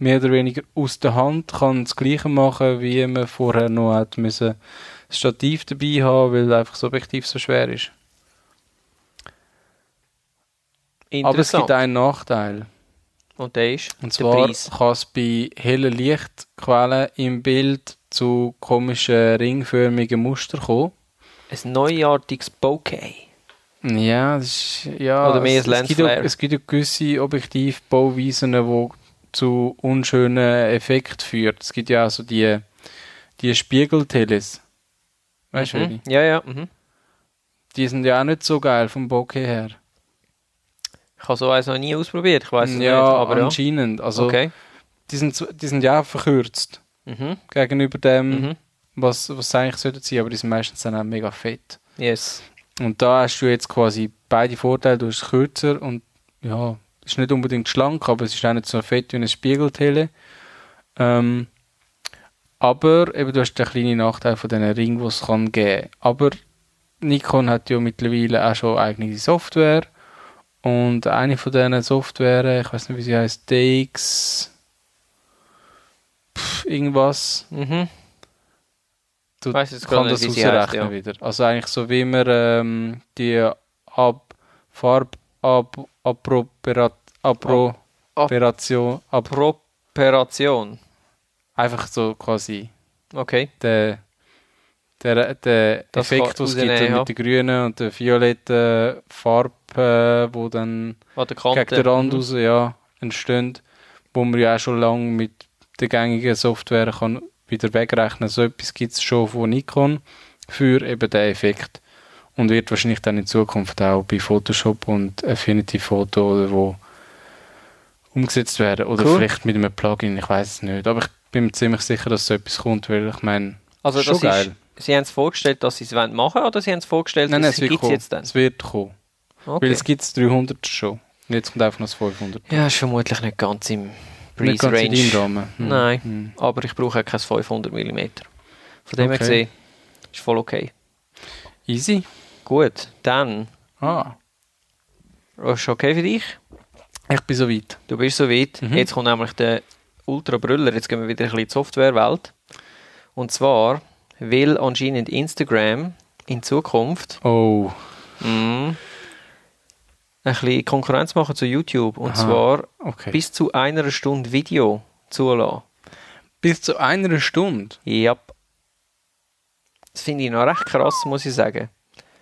S1: mehr oder weniger aus der Hand kann das Gleiche machen wie man vorher noch hat müssen ein Stativ dabei haben, weil einfach das Objektiv so schwer ist. Aber es
S2: Interessant.
S1: gibt einen Nachteil.
S2: Und der ist
S1: Und
S2: der
S1: zwar
S2: Preis.
S1: kann es bei hellen Lichtquellen im Bild zu komischen ringförmigen Mustern kommen.
S2: Ein neuartiges Bokeh.
S1: Ja, das ist, ja
S2: Oder mehr
S1: es,
S2: ein
S1: es, gibt ja,
S2: Lensflare.
S1: es gibt ja gewisse Objektivbauweisen, die zu unschönen Effekten führen. Es gibt ja auch so die, die Spiegelteles. Weißt du,
S2: Mhm.
S1: welche?
S2: Ja, ja. Mhm.
S1: die sind ja auch nicht so geil vom Bokeh her.
S2: Ich habe so eins noch nie ausprobiert. Ich weiß es nicht.
S1: ja,
S2: Aber ja.
S1: anscheinend. Also,
S2: okay.
S1: die, sind, so- die sind ja auch verkürzt
S2: Mhm.
S1: gegenüber dem,
S2: Mhm.
S1: was, was sie eigentlich sollten sein, aber die sind meistens dann auch mega fett.
S2: Yes.
S1: Und da hast du jetzt quasi beide Vorteile. Du hast es kürzer und ja, ist nicht unbedingt schlank, aber es ist auch nicht so fett wie ein Spiegeltele. Ähm, aber eben, du hast den kleinen Nachteil von diesen Ringen, die es kann geben kann. Aber Nikon hat ja mittlerweile auch schon eigene Software. Und eine von diesen Software, ich weiß nicht, wie sie heißt, DX. Pff, irgendwas
S2: Mhm.
S1: du
S2: Weiss jetzt
S1: kann
S2: gerade
S1: das
S2: nicht, wie sie heisst,
S1: ausrechnen
S2: ja.
S1: wieder. Also eigentlich so wie man ähm, die Ab Farb Ab Approperat Approperation Ab
S2: Properation.
S1: einfach so quasi
S2: Okay.
S1: der der, der
S2: Das
S1: Effekt,
S2: kann
S1: was es gibt mit
S2: rausnehmen, ja.
S1: der grünen und der violetten Farbe, äh, wo dann
S2: An der Kante.
S1: gegen den Rand
S2: Mhm.
S1: raus ja, entstehen, wo man ja auch schon lange mit der gängigen Software kann wieder wegrechnen. So etwas gibt es schon von Nikon für eben den Effekt und wird wahrscheinlich dann in Zukunft auch bei Photoshop und Affinity Photo oder wo umgesetzt werden oder
S2: Cool.
S1: vielleicht mit einem Plugin, ich weiß es nicht, aber ich bin mir ziemlich sicher, dass so etwas kommt, weil ich meine,
S2: Also
S1: Schon
S2: das
S1: geil.
S2: ist... Sie haben es vorgestellt, dass sie es machen wollen oder sie haben es vorgestellt,
S1: nein, nein,
S2: dass
S1: es
S2: sie
S1: wird
S2: gibt es
S1: kommen.
S2: Also jetzt dann?
S1: Es wird kommen, weil
S2: Okay.
S1: es gibt 300 schon. Und jetzt kommt einfach noch das 500.
S2: Ja, ist vermutlich nicht ganz im
S1: Nicht ganz in deinem
S2: Preis-Range.
S1: Rahmen. Hm.
S2: Nein.
S1: Hm.
S2: Aber ich brauche auch kein 500 mm. Von dem her
S1: Okay.
S2: gesehen, ist voll okay.
S1: Easy.
S2: Gut, dann.
S1: Ah.
S2: Ist okay für dich?
S1: Ich bin so weit.
S2: Du bist soweit.
S1: Mhm.
S2: Jetzt kommt nämlich der Ultra-Brüller. Jetzt gehen wir wieder ein bisschen in die Softwarewelt. Und zwar will anscheinend Instagram in Zukunft
S1: Oh.
S2: mm, ein bisschen Konkurrenz machen zu YouTube.
S1: Aha.
S2: Und zwar
S1: Okay. Bis,
S2: bis zu einer Stunde Video zulassen.
S1: bis zu einer Stunde.
S2: Ja. Das finde ich noch recht krass, muss ich sagen.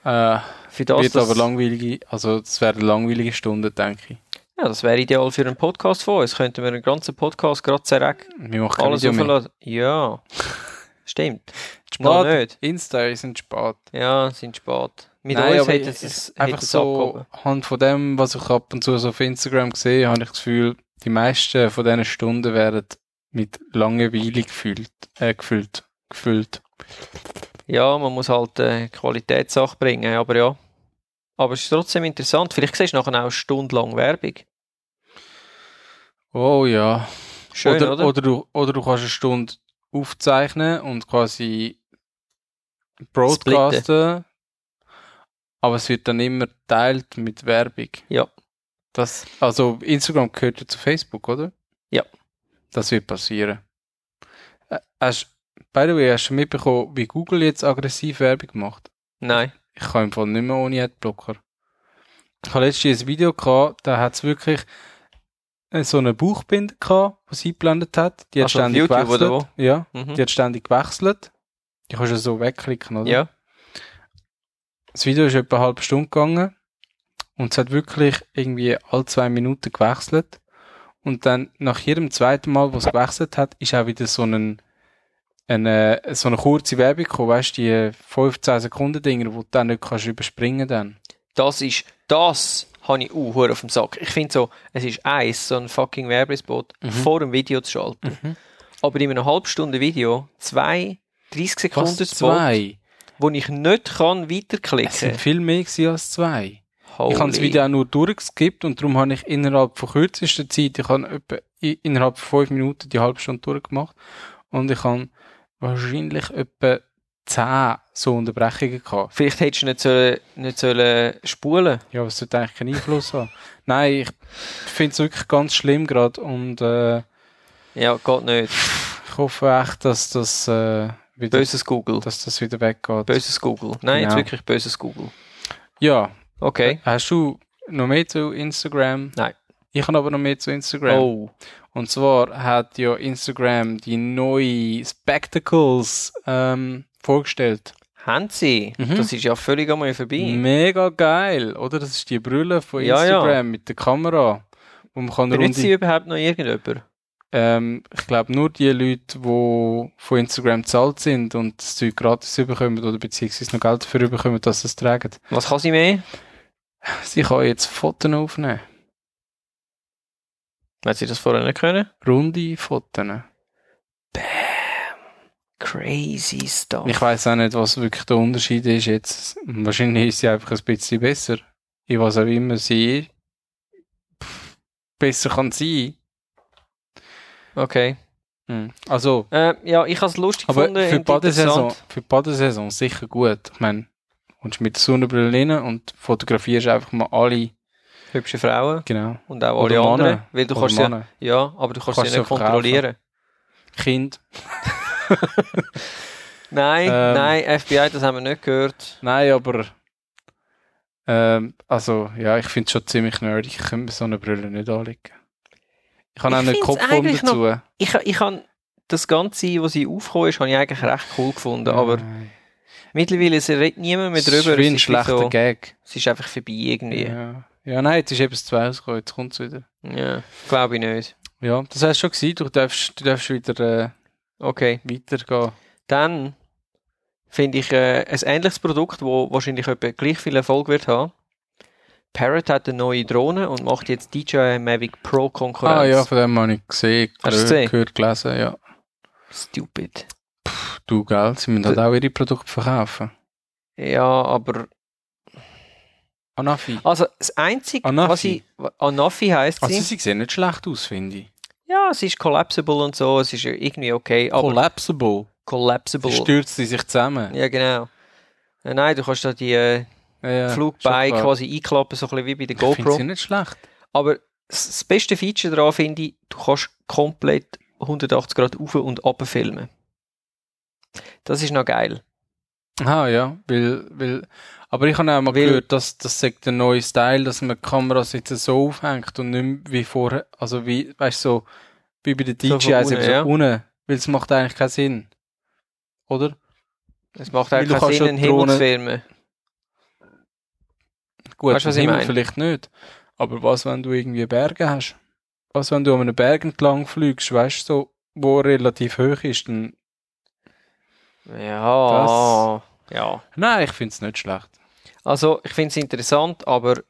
S1: Äh,
S2: Für das,
S1: wird
S2: dass-
S1: aber langweilige, also es werden langweilige Stunden, denke ich.
S2: Ja, das wäre ideal für einen Podcast von uns. Könnten wir einen ganzen Podcast gerade zerrecken.
S1: Wir machen kein
S2: Alles
S1: Video mehr.
S2: aufladen. Ja. Stimmt. Noch
S1: Spät.
S2: nicht.
S1: Insta sind spät.
S2: Ja, sind spät. Mit
S1: Nein,
S2: uns
S1: aber
S2: hätte
S1: ich-
S2: es, es
S1: Einfach
S2: hätte es abgehoben.
S1: so, hand von dem, was ich ab und zu so auf Instagram gesehen habe, habe ich das Gefühl, die meisten von diesen Stunden werden mit Langeweile gefühlt, äh, gefüllt. gefüllt.
S2: Ja, man muss halt äh, Qualitätssache bringen, aber ja. Aber es ist trotzdem interessant. Vielleicht siehst du nachher auch eine Stunde lang Werbung.
S1: Oh ja.
S2: Schön, oder?
S1: oder, Oder, du, oder du kannst eine Stunde aufzeichnen und quasi broadcasten. Aber es wird dann immer teilt mit Werbung.
S2: Ja.
S1: Das, also Instagram gehört ja zu Facebook, oder?
S2: Ja.
S1: Das wird passieren. Ä- Hast, by the way, hast du mitbekommen, wie Google jetzt aggressiv Werbung macht?
S2: Nein.
S1: Ich kann im Fall nicht mehr ohne Adblocker. Ich hatte letztens ein Video, gehabt, da hat es wirklich äh, so eine Bauchbinde gehabt, die sie eingeblendet hat. Die hat
S2: Also auf
S1: ständig
S2: YouTube oder
S1: gewechselt. Ja,
S2: Mhm.
S1: die hat ständig gewechselt. Die kannst du so wegklicken, oder?
S2: Ja.
S1: Das Video ist etwa eine halbe Stunde gegangen und es hat wirklich irgendwie alle zwei Minuten gewechselt. Und dann nach jedem zweiten Mal, wo es gewechselt hat, ist auch wieder so ein, eine, so eine kurze Werbung gekommen, weißt du, die 15 Sekunden Dinger, wo du dann nicht kannst überspringen dann.
S2: Das ist, das habe ich auch hure auf dem Sack. Ich finde so, es ist eins, so ein fucking Werbespot
S1: Mhm.
S2: vor dem Video zu schalten. Aber in einer halben Stunde Video zwei 30 Sekunden Spot,
S1: zwei?
S2: wo ich nicht kann
S1: Es sind
S2: weiterklicken
S1: viel mehr gewesen als zwei.
S2: Holy.
S1: Ich habe das Video auch nur durchgeskippt und darum habe ich innerhalb von kürzester Zeit, ich habe etwa i- innerhalb von fünf Minuten die halbe Stunde durchgemacht und ich habe wahrscheinlich etwa zehn so Unterbrechungen gehabt.
S2: Vielleicht hättest du nicht, sollen, nicht sollen spulen
S1: Ja, aber es sollte eigentlich keinen Einfluss haben. Nein, ich finde es wirklich ganz schlimm gerade und äh,
S2: Ja, geht nicht.
S1: ich hoffe echt, dass das, äh, wieder,
S2: Böses Google.
S1: dass das wieder weggeht.
S2: Böses Google. Nein, jetzt
S1: Genau.
S2: wirklich böses Google.
S1: Ja,
S2: Okay.
S1: hast du noch mehr zu Instagram?
S2: Nein.
S1: Ich habe aber noch mehr zu Instagram.
S2: Oh.
S1: Und zwar hat ja Instagram die neue Spectacles ähm, vorgestellt.
S2: Haben sie?
S1: Mhm. Mm,
S2: Das ist ja völlig einmal vorbei.
S1: Mega geil, oder? Das ist die Brille von
S2: Ja, ja.
S1: Instagram mit der Kamera. Wo man kann
S2: Benutzt sie
S1: runde,
S2: überhaupt noch irgendjemand?
S1: ähm, ich glaube, nur die Leute, die von Instagram bezahlt sind und das Zeug gratis bekommen oder beziehungsweise noch Geld dafür bekommen, dass sie es tragen.
S2: Was kann sie mehr?
S1: Sie kann jetzt Fotos aufnehmen.
S2: Hat sie das vorher nicht können?
S1: Runde Fotos.
S2: Crazy stuff.
S1: Ich weiß auch nicht, was wirklich der Unterschied ist jetzt. Wahrscheinlich ist sie einfach ein bisschen besser. Ich weiß auch immer, sie pff, besser kann sein.
S2: Okay.
S1: Hm. Also,
S2: Äh, ja, ich habe es lustig
S1: aber
S2: gefunden.
S1: für die
S2: und
S1: Badesaison,
S2: interessant.
S1: für die Badesaison sicher gut. Ich meine, kommst mit der Sonnenbrille rein und fotografierst einfach mal alle.
S2: Hübsche Frauen
S1: Genau.
S2: und auch alle
S1: Oder
S2: anderen.
S1: Männer.
S2: Weil du
S1: Oder
S2: kannst sie,
S1: Männer.
S2: ja, aber du kannst,
S1: Kannst
S2: sie
S1: sie
S2: nicht
S1: verkaufen.
S2: kontrollieren.
S1: Kind.
S2: Nein,
S1: Ähm.
S2: nein, FBI, das haben wir nicht gehört.
S1: Nein, aber. Ähm, also, ja, ich finde es schon ziemlich nerdig. Ich könnte mir so eine Brille nicht anlegen. Ich habe
S2: Ich
S1: auch einen
S2: find's
S1: Kopfhörer
S2: eigentlich noch-
S1: dazu.
S2: Ich, ich habe das Ganze, was sie aufgekommen ist, habe ich eigentlich recht cool gefunden. Aber
S1: Nein.
S2: mittlerweile es redet niemand mehr drüber.
S1: Mhm. Es ist wie ein
S2: Es
S1: schlechter
S2: so,
S1: Gag.
S2: Es ist einfach vorbei irgendwie.
S1: Ja. ja, nein, jetzt ist eben das 2 rausgekommen, jetzt kommt es wieder.
S2: Ja, glaube ich nicht.
S1: Ja, das hast du schon gesehen, du darfst, du darfst wieder äh,
S2: Okay.
S1: weitergehen.
S2: Dann finde ich äh, ein ähnliches Produkt, wo wahrscheinlich etwa gleich viel Erfolg wird haben. Parrot hat eine neue Drohne und macht jetzt DJI Mavic Pro Konkurrenz.
S1: Ah ja, von dem habe ich gesehen,
S2: Hast du
S1: gehört,
S2: gesehen?
S1: gehört, gelesen, ja.
S2: Stupid.
S1: Du, gell, sie müssen halt auch ihre Produkte verkaufen.
S2: Ja, aber
S1: Ah, Anafi.
S2: also das einzige,
S1: Anafi.
S2: was ich wa- Anafi heißt
S1: Also
S2: sie.
S1: sie sehen nicht schlecht aus, finde ich.
S2: Ja, es ist collapsible und so, es ist ja irgendwie okay, aber
S1: Collapsible.
S2: collapsible.
S1: Sie stürzt sie sich zusammen.
S2: Ja, genau. Äh, Nein, du kannst da die äh,
S1: Ja, ja,
S2: Flugbike
S1: schon klar.
S2: quasi einklappen, so ein bisschen wie bei der
S1: Ich finde
S2: GoPro.
S1: sie nicht schlecht.
S2: Aber das das beste Feature daran finde ich, du kannst komplett 180 Grad auf und ab filmen. Das ist noch geil.
S1: Ah ja, weil, weil, aber ich habe auch mal
S2: Weil-
S1: gehört, dass das sagt der neue Style, dass man die Kameras jetzt so aufhängt und nicht mehr wie vorher, also wie, weißt du, so, wie bei den
S2: So von
S1: DJIs eben so
S2: unten, ja.
S1: unten, weil es macht eigentlich keinen Sinn. Oder?
S2: Es macht
S1: Weil
S2: eigentlich
S1: du
S2: keinen
S1: kannst
S2: Sinn,
S1: ja
S2: einen Himmel
S1: Drohnen-
S2: zu filmen.
S1: Gut,
S2: Weißt du, was
S1: im
S2: ich
S1: Himmel
S2: meine?
S1: vielleicht nicht, Aber was, wenn du irgendwie Berge hast? Was, wenn du an einem Berg entlang fliegst, weißt du, so, wo er relativ hoch ist, dann.
S2: Ja. Ja.
S1: Nein, ich finde es nicht schlecht.
S2: Also, ich finde es interessant, aber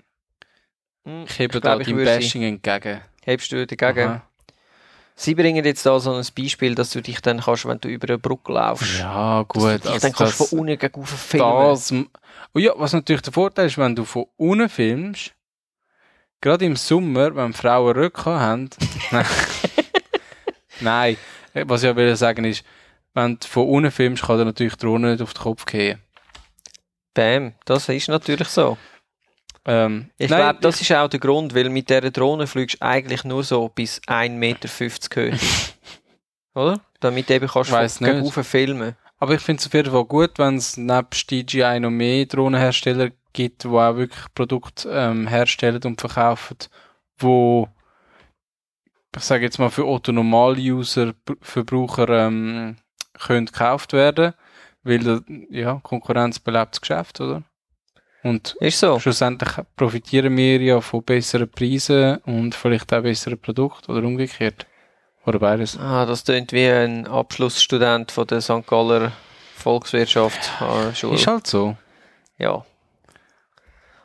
S1: Ich hebe
S2: glaub,
S1: da
S2: ich
S1: dein
S2: würde sie-
S1: Bashing entgegen.
S2: hebst du dagegen?
S1: Aha.
S2: Sie bringen jetzt da so ein Beispiel, dass du dich dann kannst, wenn du über eine Brücke laufst,
S1: Ja,
S2: dass
S1: gut.
S2: du dich
S1: also
S2: dann kannst
S1: das-
S2: von unten gegen rauf filmen.
S1: das, oh ja, was natürlich der Vorteil ist, wenn du von unten filmst, gerade im Sommer, wenn Frauen Rücken haben. [LAUGHS] Nein, Äh, was ich auch will sagen ist, wenn du von unten filmst, kann dir natürlich die Drohne nicht auf den Kopf gehen.
S2: Bam, das ist natürlich so.
S1: Ähm,
S2: Ich
S1: nein,
S2: glaube, das ist auch der Grund, weil mit dieser Drohne fliegst du eigentlich nur so bis 1,50 Meter
S1: [LAUGHS]
S2: Höhe. Oder? Damit eben kannst du
S1: Weiss
S2: von- gegen
S1: nicht.
S2: rauf filmen.
S1: Aber ich finde es auf jeden Fall gut, wenn es nebst DJI noch mehr Drohnenhersteller gibt, die auch wirklich Produkte ähm, herstellen und verkaufen, wo ich sage jetzt mal für Otto-Normal-User, Br- Verbraucher ähm, können gekauft werden, weil äh, ja, Konkurrenz belebt das Geschäft, oder? Und
S2: Ist so.
S1: schlussendlich profitieren wir ja von besseren Preisen und vielleicht auch besseren Produkten oder umgekehrt. Oder beides.
S2: Ah, das tönt wie ein Abschlussstudent von der St. Galler Volkswirtschaftsschule.
S1: Ist halt so.
S2: Ja.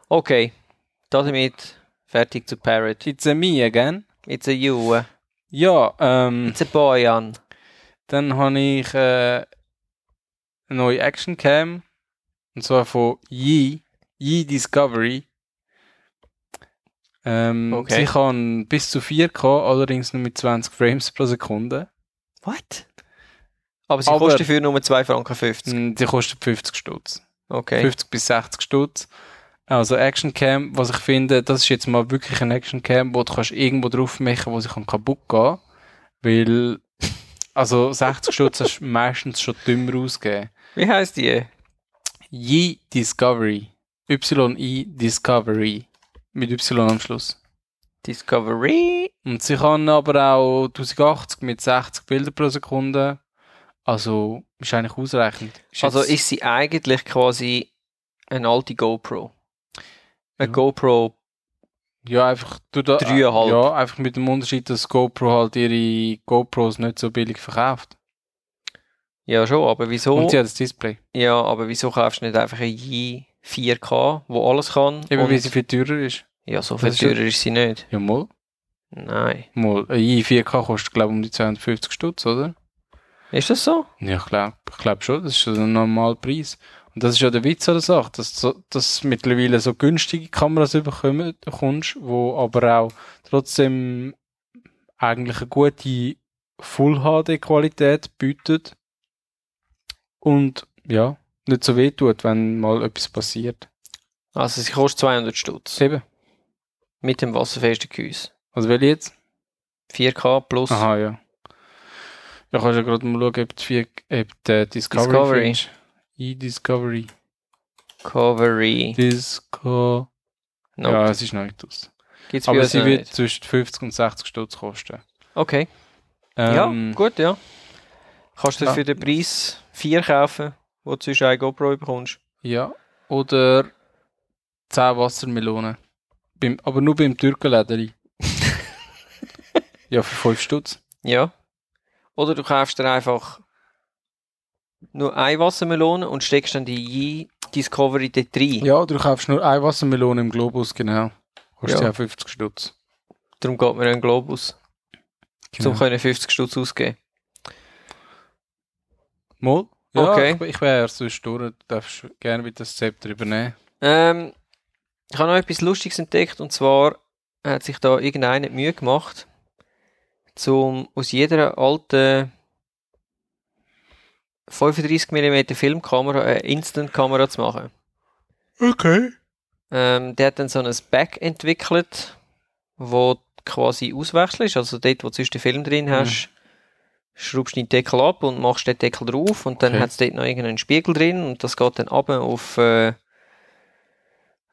S2: Okay. Damit fertig zu Parrot.
S1: It's a me again.
S2: It's a you. äh.
S1: Ja, ähm,
S2: It's a boy an.
S1: Dann habe ich äh, eine neue Action Cam. Und zwar von Yi, Yi Discovery. Ähm,
S2: Okay.
S1: Sie kann bis zu 4K, allerdings nur mit 20 Frames pro Sekunde.
S2: What? Aber sie
S1: Aber-
S2: kostet dafür nur 2,50 Franken.
S1: Und Die kostet 50 Stutz.
S2: Okay.
S1: 50 bis 60 Stutz. Also Action Cam, was ich finde, das ist jetzt mal wirklich eine Action Cam, wo du kannst irgendwo drauf machen, wo sie kann kaputt gehen Weil, also 60 Stutz hast du meistens schon dümmer ausgegeben.
S2: Wie heisst die?
S1: Yi Discovery. Y-I Discovery. Mit Y am Schluss.
S2: Discovery?
S1: Und sie kann aber auch 1080 mit 60 Bildern pro Sekunde. Also ist eigentlich ausreichend. Ist
S2: Also
S1: jetzt-
S2: ist sie eigentlich quasi eine alte GoPro. Eine
S1: Ja.
S2: GoPro.
S1: ja, einfach, du da,
S2: Dreieinhalb.
S1: ja, einfach mit dem Unterschied, dass GoPro halt ihre GoPros nicht so billig verkauft.
S2: Ja schon, aber wieso?
S1: Und sie hat das Display.
S2: ja, aber wieso kaufst du nicht einfach eine Yi 4K, wo alles kann?
S1: Eben
S2: und-
S1: weil sie viel teurer ist.
S2: ja, so viel
S1: Das ist ja-
S2: teurer ist sie nicht.
S1: Ja, mal.
S2: Nein.
S1: mal. Ein i4K kostet, glaube ich, um die 250 Stutz, oder?
S2: Ist das so?
S1: Ja, ich glaube ich glaub schon, das ist so ein normaler Preis. Und das ist ja der Witz an der Sache, dass so- dass du mittlerweile so günstige Kameras überkommst, kommst, wo aber auch trotzdem eigentlich eine gute Full-HD-Qualität bietet. Und ja, nicht so weh tut, wenn mal etwas passiert.
S2: Also sie kostet 200 Stutz.
S1: Eben.
S2: Mit dem wasserfesten Gehäuse.
S1: Also will ich jetzt?
S2: 4K plus.
S1: Aha, ja. Ja, kannst ja gerade mal schauen, ob die, vier, ob die Discovery.
S2: Discovery.
S1: findest. E-Discovery.
S2: Discovery.
S1: Disco.
S2: Nope.
S1: Ja, es ist noch nicht aus.
S2: Gibt's bei
S1: Aber
S2: uns
S1: sie
S2: noch
S1: wird
S2: nicht.
S1: zwischen 50 und 60 Stutz kosten.
S2: Okay. ja,
S1: Ähm, Ah.
S2: gut, ja. Kannst du
S1: ja.
S2: für den Preis 4 kaufen, wo du sonst eine GoPro bekommst.
S1: ja. Oder 10 Wassermelonen. Beim, aber nur beim
S2: [LAUGHS]
S1: Türkenlederli. ja, für 5 Stutz.
S2: Ja. Oder du kaufst dir einfach nur eine Wassermelone und steckst dann die Yi Discovery dort rein.
S1: Ja, oder du kaufst nur eine Wassermelone im Globus, genau. Kostet
S2: Ja.
S1: ja, 50 Stutz.
S2: Darum geht mir ein Globus,
S1: Genau.
S2: um können 50 Stutz auszugeben.
S1: Mal? Ja,
S2: Okay.
S1: okay. ich, ich wäre erst sonst durch. Du darfst gerne wieder das Zepter übernehmen.
S2: Ähm, ich habe noch etwas Lustiges entdeckt und zwar hat sich da irgendeiner die Mühe gemacht, zum aus jeder alten 35mm Filmkamera eine Instant-Kamera zu machen.
S1: Okay.
S2: Ähm, der hat dann so ein Back entwickelt, wo du quasi auswechselst, also dort, wo du sonst den Film drin
S1: Mhm.
S2: hast, schraubst du den Deckel ab und machst den Deckel drauf und dann
S1: Okay.
S2: hat es dort noch irgendeinen Spiegel drin und das geht dann ab auf äh,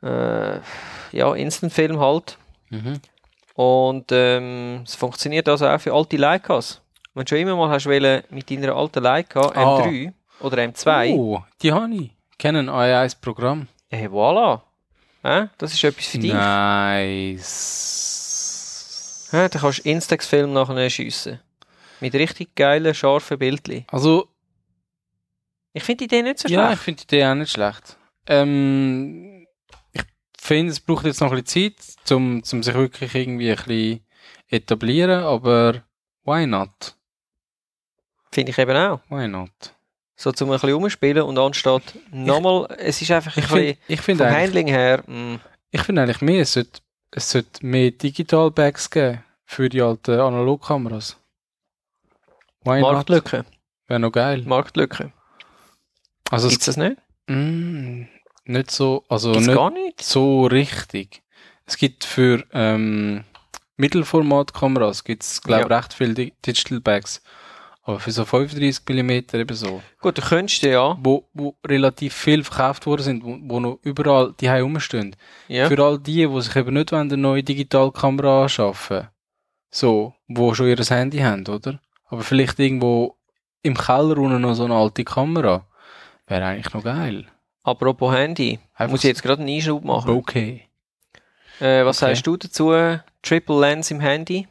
S2: äh, ja, Instant-Film halt.
S1: Mhm.
S2: Und ähm, es funktioniert also auch für alte Leicas. Wenn du schon immer mal hast wollen, mit deiner alten Leica
S1: Ah.
S2: M3 oder M2,
S1: Oh, die habe ich. Kennen AI1-Programm.
S2: hey, voilà. Äh? Das ist etwas für dich.
S1: Nice.
S2: Äh, dann kannst du Instax-Film nachher schiessen. Mit richtig geilen, scharfen Bildchen.
S1: Also,
S2: Ich finde die Idee nicht so
S1: ja, ich
S2: schlecht.
S1: finde die Idee auch nicht schlecht. Ähm, ich finde, es braucht jetzt noch ein bisschen Zeit, um zum sich wirklich irgendwie ein bisschen etablieren, aber why not?
S2: Finde ich eben auch.
S1: Why not?
S2: So zum ein bisschen rumspielen und anstatt nochmal, es ist einfach ein
S1: Ich finde
S2: bisschen
S1: ich find
S2: vom
S1: eigentlich,
S2: Handling her, mm, mh,
S1: ich find eigentlich mehr, es sollte, es sollte mehr Digital-Bags geben für die alten Analogkameras. Why not?
S2: Marktlücke.
S1: Wäre noch geil.
S2: Marktlücke.
S1: Also,
S2: Gibt es das nicht?
S1: Mm, nicht so, also
S2: Gibt es
S1: nicht
S2: gar nicht?
S1: so richtig. Es gibt für ähm, Mittelformatkameras gibt's glaube recht viele Di- Digital Bags, aber für so 35 mm eben so,
S2: Gut, du könntest ja.
S1: wo, wo relativ viel verkauft worden sind, wo, wo noch überall die rumstehen.
S2: ja.
S1: Für all die, wo sich eben nicht wollen, eine neue Digitalkamera anschaffen, so, wo schon ihr Handy haben, oder? Aber vielleicht irgendwo im Keller unten noch so eine alte Kamera, wäre eigentlich noch geil.
S2: Apropos Handy,
S1: Einfach
S2: muss ich jetzt gerade einen Einschub machen.
S1: Okay.
S2: Äh, was
S1: Okay.
S2: sagst du dazu? Triple Lens im Handy?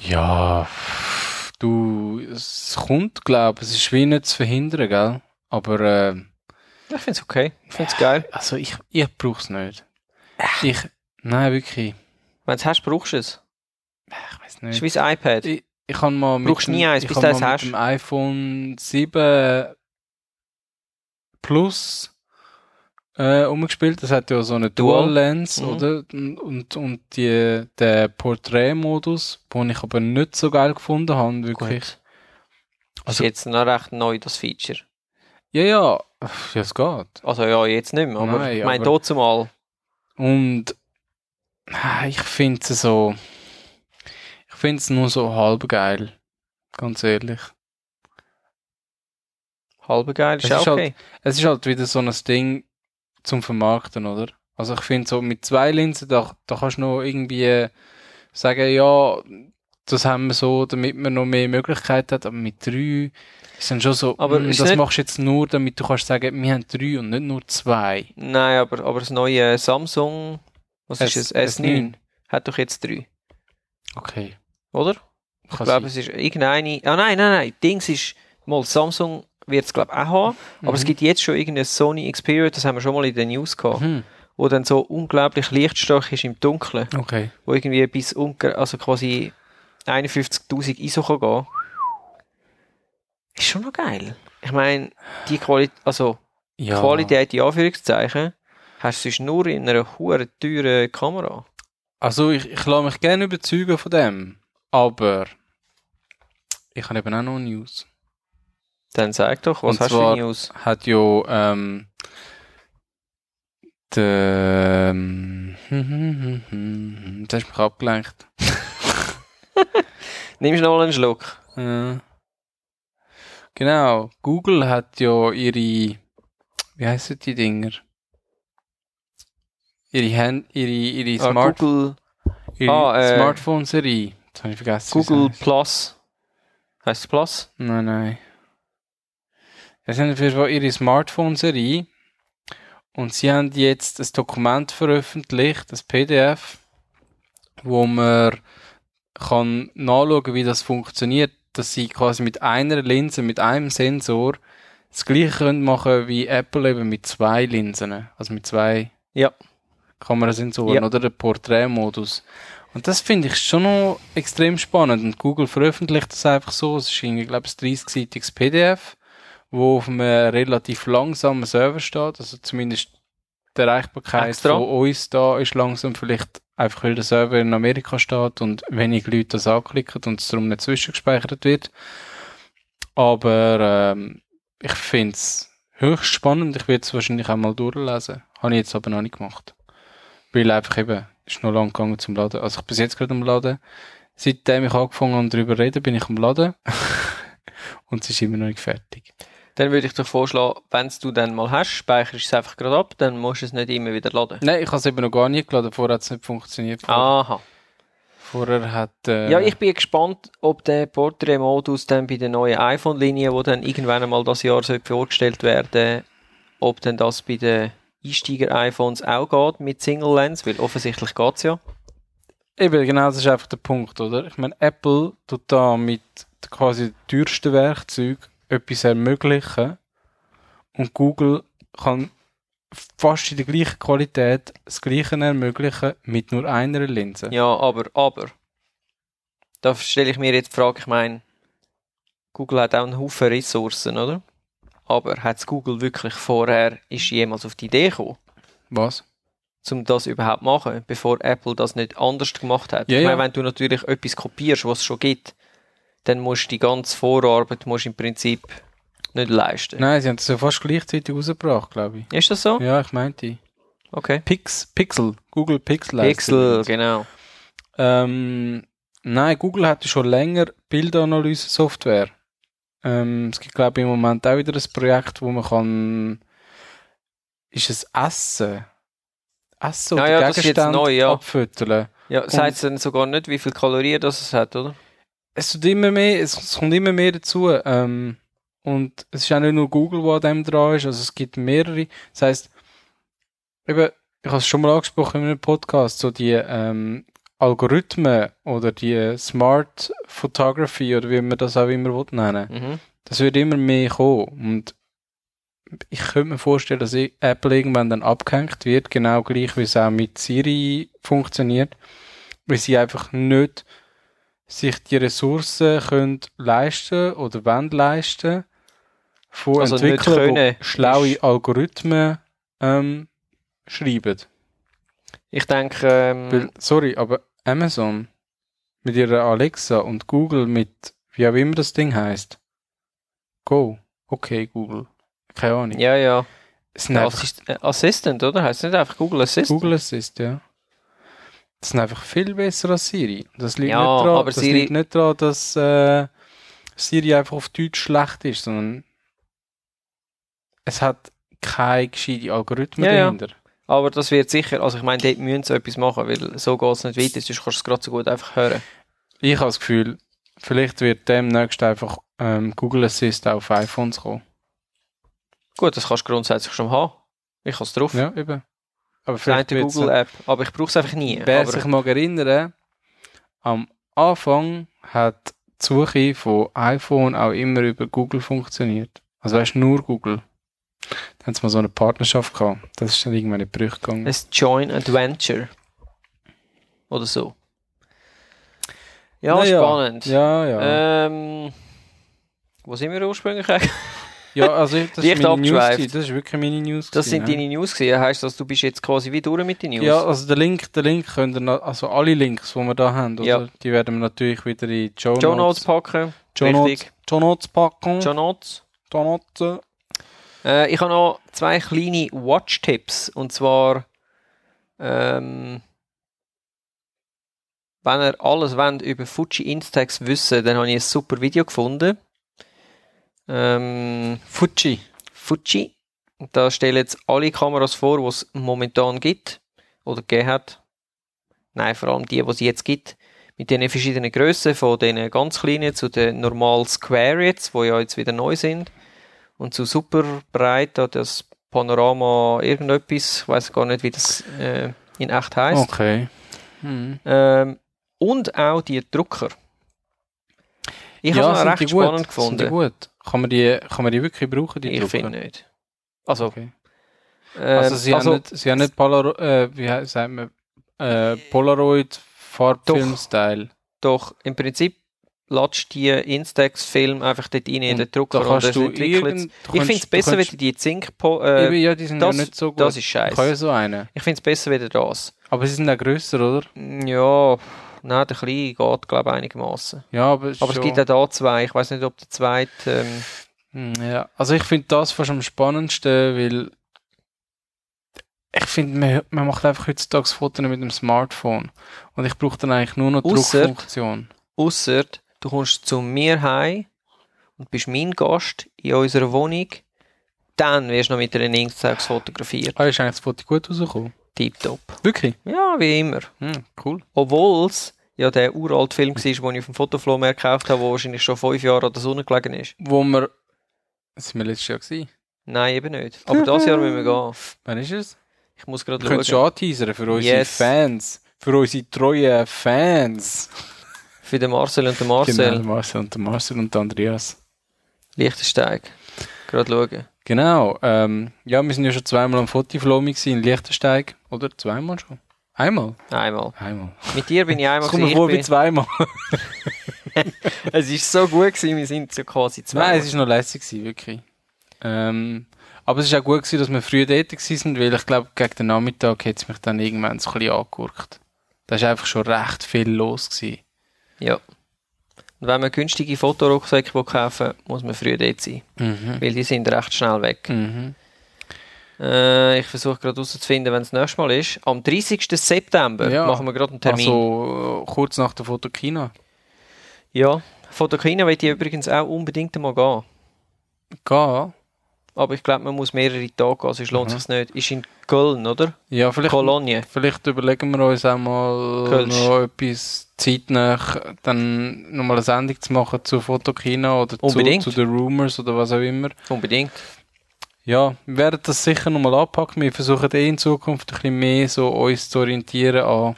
S1: Ja, pff, du, es kommt, glaube ich, es ist wie nicht zu verhindern, gell? Aber, äh,
S2: Ich finde es okay. Ich finde es geil.
S1: also ich, ich brauche es nicht. Ich, nein, wirklich,
S2: Wenn du es hast, brauchst du es.
S1: ich weiß
S2: Es ist
S1: nicht.
S2: wie das iPad.
S1: Ich, ich kann mal mit,
S2: Brauchst
S1: dem-
S2: nie eins,
S1: ich
S2: bis
S1: hab
S2: du eins
S1: mal
S2: hast.
S1: mit dem iPhone 7 Plus äh, umgespielt. Das hat ja so eine
S2: Dual.
S1: Dual Lens,
S2: Mhm.
S1: oder? Und, und, und die, der Porträtmodus, den ich aber nicht so geil gefunden habe, wirklich.
S2: Gut. Das ist
S1: Also-
S2: jetzt noch recht neu, das Feature.
S1: Ja, ja, ja, es geht.
S2: Also ja, jetzt nicht mehr, aber
S1: Nein,
S2: ich meine,
S1: aber-
S2: dazu mal.
S1: Und ah, ich finde es so. Ich finde es nur so halb geil. Ganz ehrlich.
S2: Halbe geil, ist
S1: Es
S2: ja
S1: ist
S2: okay.
S1: Es ist halt wieder so ein Ding zum Vermarkten, oder? Also ich finde so mit zwei Linsen, da, da kannst du noch irgendwie sagen, ja, das haben wir so, damit man noch mehr Möglichkeiten hat, aber mit drei ist dann schon so,
S2: Aber
S1: hm,
S2: ist
S1: das
S2: nicht-
S1: machst du jetzt nur, damit du kannst sagen, wir haben drei und nicht nur zwei.
S2: Nein, aber, aber das neue Samsung, was ist es? S9, hat doch jetzt drei,
S1: Okay.
S2: oder?
S1: Kann
S2: Ich glaube,
S1: sein.
S2: es ist irgendeine. Ah nein, nein, nein. Dings ist mal Samsung wird es glaube ich auch haben, aber es
S1: Mhm.
S2: gibt jetzt schon irgendeine Sony Xperia, das haben wir schon mal in den News gehabt,
S1: Mhm.
S2: wo dann so unglaublich lichtstark ist im Dunkeln,
S1: Okay.
S2: wo irgendwie bis unter, also quasi 51.000 ISO kann gehen. Ist schon noch geil. Ich meine, die Qualität, also
S1: Ja.
S2: Qualität in Anführungszeichen, hast du sonst nur in einer hohen teuren Kamera.
S1: Also ich, ich lasse mich gerne überzeugen von dem, aber ich habe eben auch noch News.
S2: Dann sag doch, was
S1: Und
S2: hast du
S1: zwar-
S2: für News?
S1: Hat ja ähm, der hm, ähm, das hast mich abgelenkt.
S2: Nimmst du noch mal einen Schluck?
S1: Äh, genau, Google hat ja ihre wie heißen die Dinger? Ihre Hand, ihre ihre,
S2: Ah,
S1: Smart,
S2: Google,
S1: ihre
S2: ah, äh,
S1: Smartphone-Serie. Das habe ich vergessen. wie sie
S2: Google
S1: heisst.
S2: Plus. Heißt es Plus?
S1: Nein, nein. Das sind auf jeden Fall ihre Smartphone-Serie. Und sie haben jetzt ein Dokument veröffentlicht, das PDF, wo man kann nachschauen, wie das funktioniert, dass sie quasi mit einer Linse, mit einem Sensor das gleiche können machen wie Apple eben mit zwei Linsen, also mit zwei
S2: Ja.
S1: Kamerasensoren
S2: Ja.
S1: oder der Porträtmodus. Und das finde ich schon noch extrem spannend. Und Google veröffentlicht das einfach so. Es ist irgendwie, glaube ich, ein 30-seitiges PDF, wo auf einem relativ langsamen Server steht. Also zumindest die Erreichbarkeit
S2: Extra.
S1: von uns da ist langsam vielleicht einfach, weil der Server in Amerika steht und wenig Leute das anklicken und es darum nicht zwischengespeichert wird. Aber ähm, ich finde es höchst spannend. Ich werde es wahrscheinlich auch mal durchlesen. Habe ich jetzt aber noch nicht gemacht. Weil einfach eben, ist noch lang gegangen zum Laden. Also ich bin jetzt gerade am Laden. Seitdem ich angefangen habe, darüber zu reden, bin ich am
S2: [LAUGHS]
S1: Laden. Und es ist immer noch nicht fertig.
S2: Dann würde ich dir vorschlagen, wenn du dann mal hast, speicherst du es einfach gerade ab, dann musst du es nicht immer wieder laden.
S1: Nein, ich habe es eben noch gar nicht geladen. Vorher hat es nicht funktioniert.
S2: Aha.
S1: Vorher hat... Äh,
S2: Ah. Ja, ich bin gespannt, ob der Portrait-Modus dann bei der neuen iPhone-Linie, die dann irgendwann einmal das Jahr sollte vorgestellt werden, ob denn das bei den Einsteiger-iPhones auch geht mit Single Lens, weil offensichtlich geht es ja.
S1: Eben, genau, das ist einfach der Punkt, oder? Ich meine, Apple tut da mit quasi teuersten Werkzeug etwas ermöglichen und Google kann fast in der gleichen Qualität das Gleiche ermöglichen mit nur einer Linse.
S2: Ja, aber, aber. Da stelle ich mir jetzt die Frage, ich meine, Google hat auch einen Haufen Ressourcen, oder? Aber hat Google wirklich vorher, ist jemals auf die Idee gekommen,
S1: Was?
S2: um das überhaupt zu machen, bevor Apple das nicht anders gemacht hat?
S1: Ja,
S2: ich meine,
S1: ja.
S2: wenn du natürlich etwas kopierst, was es schon gibt, dann musst du die ganze Vorarbeit musst du im Prinzip nicht leisten.
S1: Nein, sie haben das ja fast gleichzeitig rausgebracht, glaube ich.
S2: Ist das so?
S1: Ja, ich meinte.
S2: Okay.
S1: Pix, Pixel, Google Pixel. heisst
S2: Pixel,
S1: das.
S2: genau.
S1: Ähm, nein, Google hatte schon länger Bildanalyse-Software. Ähm, es gibt, glaube ich, im Moment auch wieder ein Projekt, wo man kann. Ist es Essen? Essen
S2: Ja,
S1: oder
S2: Ah ja, das ist jetzt
S1: Gegenstände
S2: neu, ja.
S1: abfütteln.
S2: Ja, sagt es dann sogar nicht, wie viel Kalorien das es hat, oder?
S1: Es, tut immer mehr, es, es kommt immer mehr dazu. Ähm, und es ist auch nicht nur Google, wo an dem dran ist. Also es gibt mehrere. Das heisst, eben, ich habe es schon mal angesprochen in einem Podcast, so die ähm, Algorithmen oder die Smart Photography oder wie man das auch immer will nennen
S2: Mhm.
S1: das wird immer mehr kommen. Und ich könnte mir vorstellen, dass i- Apple irgendwann dann abgehängt wird, genau gleich wie es auch mit Siri funktioniert, weil sie einfach nicht sich die Ressourcen können leisten oder wollen leisten von
S2: Also nicht
S1: Entwicklern,
S2: können.
S1: die schlaue Algorithmen ähm, schreiben.
S2: Ich denke, ähm,
S1: Weil, sorry, aber Amazon mit ihrer Alexa und Google mit, wie auch immer das Ding heißt, Go, okay Google, keine Ahnung.
S2: ja, ja.
S1: Es sind einfach
S2: Assist äh, Assistant, oder? Heißt nicht einfach Google Assistant?
S1: Google Assist, ja. Das sind einfach viel besser als Siri. Das liegt,
S2: Ja,
S1: nicht, daran,
S2: aber
S1: das
S2: Siri-
S1: liegt nicht daran, dass äh, Siri einfach auf Deutsch schlecht ist, sondern es hat keine gescheite Algorithmen
S2: Ja, ja.
S1: dahinter.
S2: Aber das wird sicher, also ich meine, dort müssen sie etwas machen, weil so geht es nicht weiter, sonst kannst du es gerade so gut einfach hören.
S1: Ich habe das Gefühl, vielleicht wird demnächst einfach ähm, Google Assist auch auf iPhones kommen.
S2: Gut, das kannst du grundsätzlich schon haben. Ich habe es drauf.
S1: Ja, eben. Aber
S2: das eine
S1: vielleicht wird's nicht-
S2: Google-App, aber ich brauche es einfach nie.
S1: Wer
S2: aber
S1: sich mag erinnern, am Anfang hat die Suche von iPhone auch immer über Google funktioniert. Also weißt du, nur Google. Dann haben sie mal so eine Partnerschaft gehabt. Das ist dann irgendwann in die Brüche gegangen.
S2: ein Join Adventure. Oder so. Ja,
S1: Na ja.
S2: spannend.
S1: ja, ja.
S2: Ähm, wo sind wir ursprünglich?
S1: ja, also ich- das ist
S2: leicht
S1: meine News.
S2: abgeschweift.
S1: gewesen. Das ist wirklich meine News.
S2: Das
S1: gewesen,
S2: sind
S1: ja.
S2: deine News gewesen. Heißt das, du bist jetzt quasi wie durch mit den News?
S1: Ja, also der Link, der Link könnt ihr, na- also alle Links, die wir da haben, oder?
S2: Ja.
S1: die werden wir natürlich wieder in die Show
S2: John Notes
S1: Notes, Hm.
S2: packen.
S1: Show Notes,
S2: Richtig.
S1: Show Notes packen.
S2: John Notes.
S1: Show Notes.
S2: Äh, ich habe noch zwei kleine Watch-Tipps. Und zwar, ähm, wenn ihr alles wollt, über Fuji Instax wissen dann habe ich ein super Video gefunden. Ähm,
S1: Fuji.
S2: Fuji. Da stellen jetzt alle Kameras vor, die es momentan gibt. Oder gegeben hat. Nein, vor allem die, die es jetzt gibt. Mit den verschiedenen Grössen, von den ganz kleinen zu den normal Square jetzt, die ja jetzt wieder neu sind. Und zu super breit, da das Panorama irgendetwas. Ich weiß gar nicht, wie das äh, in echt heißt.
S1: Okay. Hm.
S2: Ähm, und auch die Drucker. Ich habe es noch
S1: sind
S2: recht
S1: die gut?
S2: spannend
S1: Sind die
S2: gefunden.
S1: gut? Kann man die, kann man die wirklich brauchen, die
S2: Ich
S1: Drucker?
S2: finde nicht. Also,
S1: Okay.
S2: ähm,
S1: Also sie haben nicht, sie haben nicht Polaro äh, wie heißt, sagt man, äh, Polaroid Farbfilm-Style.
S2: Doch, im Prinzip latscht die Instax-Film einfach dort rein in
S1: Und
S2: den Drucker
S1: Hm. Da kannst
S2: das
S1: du
S2: entwickelt's.
S1: irgend, du
S2: Ich
S1: kannst-
S2: finde es
S1: du
S2: besser, wenn
S1: kannst-
S2: du die Zink... Äh,
S1: eben, ja, die eh, sind
S2: das-
S1: ja nicht so gut.
S2: das ist
S1: ich kann ja
S2: scheiße.
S1: so einen.
S2: Ich finde es besser, wenn du das... Mm,
S1: Aber sie sind auch grösser, oder?
S2: Ja, nein, der Kleine geht, glaube ich, einigermaßen.
S1: Ja, aber, es ist
S2: Aber es
S1: schon-
S2: gibt auch da zwei. Ich weiß nicht, ob der zweite... Ähm,
S1: Hm, Ja, also ich finde das fast am spannendsten, weil ich finde, man, man macht einfach heutzutage Fotos mit dem Smartphone. Und ich brauche dann eigentlich nur noch die
S2: Ausser-
S1: Druckfunktion.
S2: Ausser, du kommst zu mir heim und bist mein Gast in unserer Wohnung. Dann wirst du noch mit einer Instax fotografiert.
S1: Ah, ist eigentlich das Foto gut rausgekommen?
S2: Tipptopp.
S1: Wirklich?
S2: Ja, wie immer.
S1: Hm, cool.
S2: Obwohl es ja der uralte Film war, den ich auf dem Fotoflow mehr gekauft habe, der wahrscheinlich schon fünf Jahre an der Sonne gelegen ist.
S1: Wo wir... Das sind wir letztes Jahr gewesen.
S2: Nein, eben nicht. Aber das Jahr müssen wir gehen.
S1: Wann ist es?
S2: Ich muss gerade
S1: Wir können es
S2: schauen.
S1: schon anteasern für unsere
S2: Yes.
S1: Fans. Für unsere treuen Fans.
S2: Für den Marcel und den Marcel.
S1: Genau, Marcel und der Marcel und der Andreas.
S2: Liechtensteig. Gerade schauen.
S1: Genau. Ähm, ja, wir sind ja schon zweimal am Fotiflomi gewesen, in Liechtensteig. Oder zweimal schon? Einmal?
S2: Einmal.
S1: Einmal.
S2: Mit dir bin ich einmal
S1: Das kommt mir
S2: gewesen,
S1: vor
S2: ich
S1: wie zweimal.
S2: bin, Es ist so gut gewesen, wir sind so quasi zwei.
S1: Nein, es war noch lässig, gewesen, wirklich. Ähm, aber es war auch gut, gewesen, dass wir früh dort waren, weil ich glaube, gegen den Nachmittag hat es mich dann irgendwann so ein bisschen angeguckt. Da war einfach schon recht viel los. Gewesen.
S2: Ja. Und wenn man günstige Fotorucksäcke will kaufen will, muss man früh dort sein.
S1: Mhm.
S2: Weil die sind recht schnell weg.
S1: Mhm.
S2: Äh, ich versuche gerade herauszufinden, wenn es nächstes Mal ist. Am 30. September
S1: Ja.
S2: machen wir gerade einen Termin.
S1: Also äh, kurz nach der Fotokina.
S2: Ja. Fotokina will ich übrigens auch unbedingt mal gehen.
S1: Gehen.
S2: Aber ich glaube, man muss mehrere Tage gehen, sonst lohnt
S1: Mhm.
S2: es sich nicht. Ist in Köln, oder?
S1: Ja, vielleicht,
S2: Kolonie.
S1: vielleicht überlegen wir uns auch mal
S2: Kölsch.
S1: noch etwas zeitnah, dann nochmal eine Sendung zu machen zu Fotokina oder zu,
S2: Unbedingt.
S1: zu den Rumors oder was auch immer.
S2: Unbedingt.
S1: Ja, wir werden das sicher nochmal anpacken. Wir versuchen eh in Zukunft ein bisschen mehr so uns zu orientieren an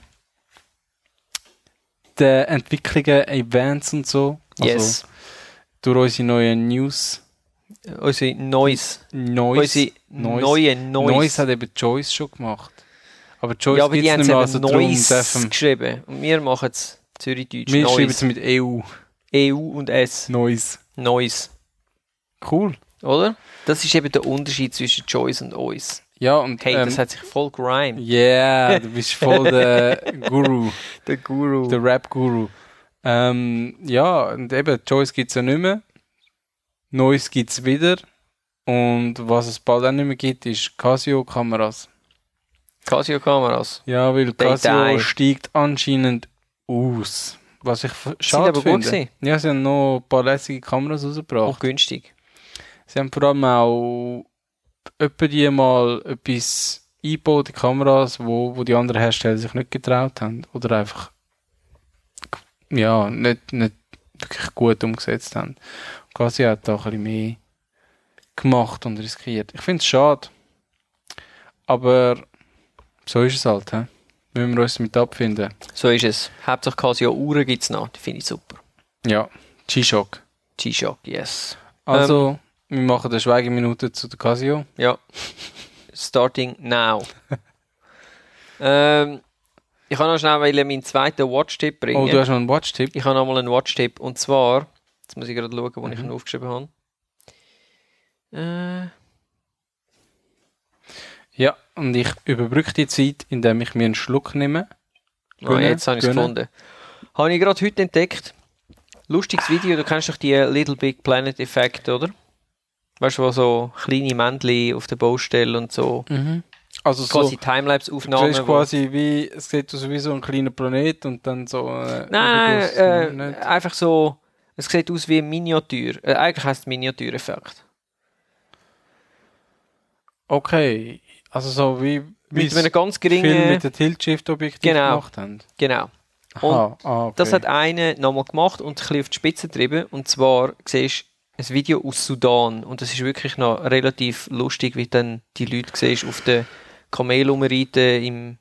S1: den Entwicklungen, Events und so. Also
S2: Yes.
S1: durch unsere neuen News.
S2: Unsere Noise.
S1: Neues.
S2: Unsere
S1: Neues.
S2: neue Noise.
S1: Neues hat eben Joyce schon gemacht. Aber Joyce
S2: ja, aber die
S1: gibt's
S2: haben
S1: nicht
S2: es
S1: mehr,
S2: eben
S1: also darum
S2: Neues
S1: dürfen
S2: geschrieben. Und wir machen es Zürichdeutsch.
S1: wir schreiben
S2: Neues.
S1: es mit E EU.
S2: EU und S.
S1: Neues.
S2: Neues.
S1: Cool.
S2: Oder? Das ist eben der Unterschied zwischen Joyce und uns.
S1: Ja, und
S2: Hey, das
S1: ähm,
S2: hat sich voll grimed.
S1: yeah, du bist voll
S2: [LAUGHS]
S1: der Guru.
S2: Der Guru.
S1: Der Rap-Guru. Ähm, ja, und eben, Choice gibt es ja nicht mehr. Neues gibt es wieder. Und was es bald auch nicht mehr gibt, ist Casio-Kameras.
S2: Casio-Kameras.
S1: Ja, weil
S2: They
S1: Casio
S2: die.
S1: steigt anscheinend aus. Was ich f- schade
S2: aber gut
S1: finde.
S2: gewesen.
S1: ja, sie haben noch ein paar lässige Kameras
S2: Auch
S1: rausgebracht.
S2: günstig.
S1: Sie haben vor allem auch öppe die mal etwas eingebaut, die Kameras, wo, wo die anderen Hersteller sich nicht getraut haben. Oder einfach, ja, nicht, nicht wirklich gut umgesetzt haben. Quasi hat da ein bisschen mehr gemacht und riskiert. Ich finde es schade. Aber so ist es halt, he? Müssen wir uns damit abfinden.
S2: So ist es. Hauptsache Casio-Uhren gibt es noch. Die finde ich super.
S1: Ja, G-Shock.
S2: G-Shock, yes.
S1: Also, wir machen eine Schweigeminute zu der Casio.
S2: Ja. Starting
S1: [LAUGHS]
S2: now. ähm, ich kann noch schnell wollen meinen zweiten Watch-Tipp bringen.
S1: Oh, du hast noch einen Watch-Tipp.
S2: Ich habe nochmal einen Watch-Tipp. Und zwar, jetzt muss ich gerade schauen, wo ich
S1: Mhm.
S2: ihn aufgeschrieben habe. Äh,
S1: Ja, und ich überbrücke die Zeit, indem ich mir einen Schluck nehme.
S2: ah,
S1: Gönnen,
S2: jetzt habe ich es
S1: gönnen.
S2: gefunden. Habe ich gerade heute entdeckt. Lustiges Video, du kennst doch die Little Big Planet Effekt, oder? Weißt du, wo so kleine Männchen auf der Baustelle und so.
S1: Also so,
S2: Mhm. Quasi
S1: quasi das
S2: Timelapse-Aufnahmen.
S1: ist
S2: wo-
S1: quasi wie, es sieht aus wie so ein kleiner Planet und dann so... Äh, ne?
S2: Nein,
S1: übergross-
S2: nein, äh,
S1: nicht.
S2: einfach so. Es sieht aus wie ein Miniatur. Äh, eigentlich heißt es Miniatureffekt.
S1: Okay, also so wie, wie
S2: Mit einem
S1: es
S2: ganz
S1: Film
S2: geringen.
S1: mit dem Tilt-Shift-Objektiv
S2: Genau.
S1: gemacht haben.
S2: Genau.
S1: Aha, ah, okay.
S2: Das hat einer nochmal gemacht und ein bisschen auf die Spitze getrieben. Und zwar siehst du ein Video aus Sudan. Und das ist wirklich noch relativ lustig, wie dann die Leute siehst auf den Kamel rumreiten im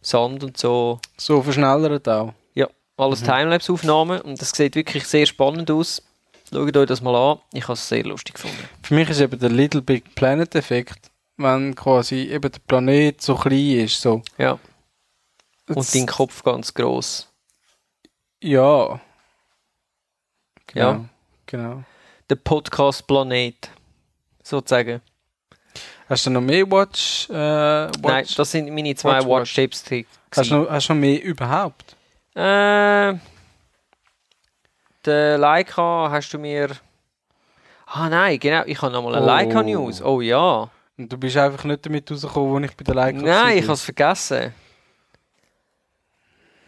S2: Sand und so.
S1: so verschnellert auch.
S2: Ja,
S1: Mhm.
S2: alles Timelapse-Aufnahmen. Und das sieht wirklich sehr spannend aus. Schaut euch das mal an. Ich habe es sehr lustig gefunden.
S1: Für mich ist eben der Little Big Planet Effekt, wenn quasi eben der Planet so klein ist, so.
S2: Ja.
S1: Das-
S2: Und dein Kopf ganz gross.
S1: Ja. Genau.
S2: Ja.
S1: Genau.
S2: der Podcast Planet. Sozusagen.
S1: Hast du noch mehr Watch? Äh, Watch?
S2: Nein, das sind meine zwei
S1: Watch, Watch.
S2: Watch-Tipps. die-
S1: Hast du, noch, hast du noch mehr überhaupt?
S2: Äh, der Leica hast du mir. Ah nein, genau, ich habe nochmal eine
S1: Oh.
S2: Leica News. Oh ja.
S1: Und du bist einfach nicht damit rausgekommen, wo ich bei der Leica
S2: nein, ich
S1: war.
S2: habe es vergessen.